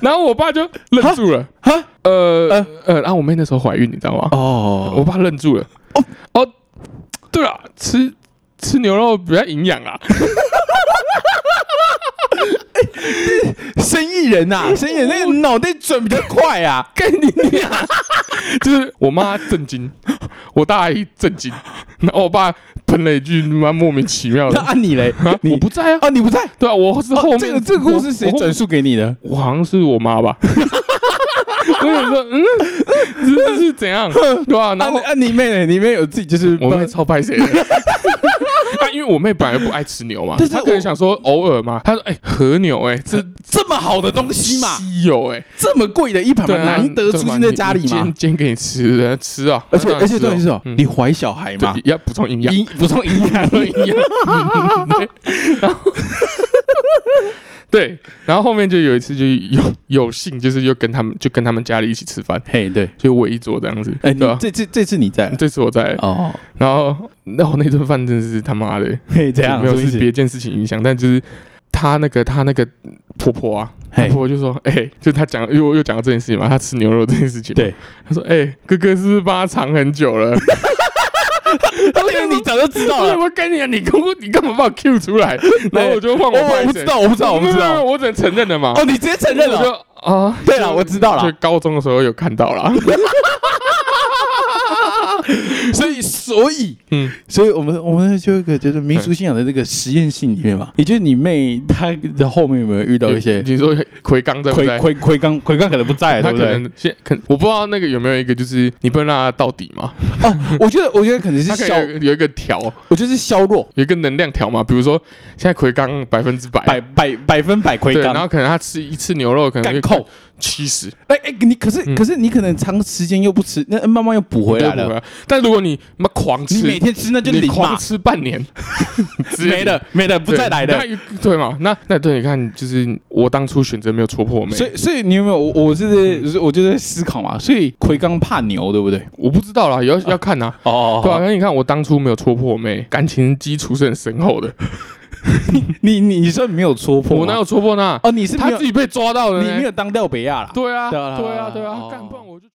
S1: 然后我爸就愣住了，
S2: 哈
S1: 呃
S2: 呃
S1: 呃，然后我妹那时候怀孕，你知道吗？我
S2: 哦，
S1: 爸愣住了。哦哦，啊对了，吃吃牛肉比较营养啊。
S2: 艺哦人呐、啊，深夜那个脑袋转比较快啊，
S1: <laughs> 干你娘！就是我妈震惊，我大姨震惊，然后我爸喷了一句妈莫名其妙的。
S2: 那按你嘞
S1: 啊，，
S2: 你
S1: 我不在啊！
S2: 哦，你哦不在。
S1: 对啊，我是后
S2: 哦
S1: 面、
S2: 这个这个故事谁
S1: 我后
S2: 转述给你的？
S1: 我好像是我妈吧。 <laughs> 我想说，嗯，这是怎
S2: <laughs>
S1: 样？对啊，然
S2: 按
S1: 后
S2: 按你妹嘞，你妹有自己就是
S1: 我妹超拍谁的。 <laughs> 啊，因为我妹本来不爱吃牛嘛，
S2: 但是
S1: 她可能
S2: 我
S1: 想说偶尔嘛，她说哎和牛哎、这
S2: 这么好的东西嘛，
S1: 稀有哎、
S2: 这么贵的一盘嘛，
S1: 对啊，
S2: 难得出现在家里
S1: 对吧你
S2: 嘛
S1: 你。煎煎给你吃，人家吃啊，
S2: 而且而且重
S1: 当然
S2: 点
S1: 吃
S2: 是
S1: 哦
S2: 哦，
S1: 嗯
S2: 你怀小孩嘛
S1: 对，要补充营养，
S2: 营补充营
S1: <laughs>
S2: 养
S1: 一样。 <laughs> 对，然后后面就有一次就有有幸，就是又跟他们就跟他们家里一起吃饭，
S2: 嘿，对，
S1: 就我一桌这样子。
S2: 哎，你
S1: 对啊，
S2: 这这这次你在
S1: 这次我在，
S2: 哦，
S1: 然后那我那顿饭真的是他妈的，
S2: 嘿，这样
S1: 没有
S2: 什么意
S1: 是
S2: 思
S1: 别件事情影响，但就是她那个她那个婆婆啊，她
S2: 嘿
S1: 婆婆就说，哎、就她讲又又讲到这件事情嘛，她吃牛肉这件事情，
S2: 对，
S1: 她说，哎、哥哥是不是帮她藏很久了？
S2: 他以为你早就知道
S1: 我
S2: 了
S1: 怎。么跟你啊？你跟我你干嘛把我 Q 出
S2: <laughs>
S1: 来？然后我就换 <laughs> 我
S2: 我
S1: 拍
S2: 哎我不知道，我不知道，我不知
S1: 没有没有没有
S2: 道。
S1: 我只能承认了嘛。
S2: 哦，你直接承认
S1: 我
S2: 了
S1: 就。啊，
S2: 对了，我知道
S1: 就
S2: 了。
S1: 高中的时候有看到啦。
S2: <laughs> 所以，所以，
S1: 嗯，
S2: 所以我们我们就有一个就是民俗信仰的这个实验性里面
S1: 嗯
S2: 嘛。也就是你妹她的后面有没有遇到一些
S1: 你说奎刚在不
S2: 奎
S1: 在？
S2: 奎奎刚奎刚可能不在，
S1: 他
S2: 对不
S1: 可
S2: 对？
S1: 能现可，我不知道那个有没有一个，就是你不能让他到底嘛？
S2: 哦，我觉得我觉得可能是
S1: 他可
S2: 消，
S1: 能有有一个条，
S2: 我觉得是削弱
S1: 有一个能量条嘛。比如说现在奎刚百分之百，
S2: 百百百分百奎
S1: 哎对，
S2: 刚
S1: 然。后可能他吃一次牛肉可能
S2: 干
S1: 会
S2: 扣，
S1: 七十，
S2: 哎哎，你可是
S1: 嗯
S2: 可是你可能长时间又不吃，那慢慢又补回来
S1: 对不
S2: 了。
S1: 对。但如果你妈狂吃，
S2: 你每天吃那就
S1: 你
S2: 零
S1: 狂
S2: 嘛，
S1: 吃半年，直接
S2: 没了没了，不
S1: 对
S2: 再来了。
S1: 那对嘛？那那对，你看，就是我当初选择没有戳破眉，
S2: 所以所以你有没有？我我是
S1: 嗯
S2: 在我就在思考嘛。所以奎刚怕牛，对不对？
S1: 我不知道啦，也要要看呐。
S2: 哦
S1: 对啊，那你看我当初没有戳破妹，感情基础是很深厚的。
S2: 你你你说你没有戳破吗，
S1: 我哪有戳破那？
S2: 哦，你是没
S1: 他
S2: 有
S1: 自己被抓到的
S2: 你没
S1: 呢。
S2: 有当掉北亚啦。
S1: 对啊，
S2: 对啊
S1: 对啊，
S2: 对
S1: 对
S2: 啊
S1: 啊
S2: 哦，
S1: 干不然我就。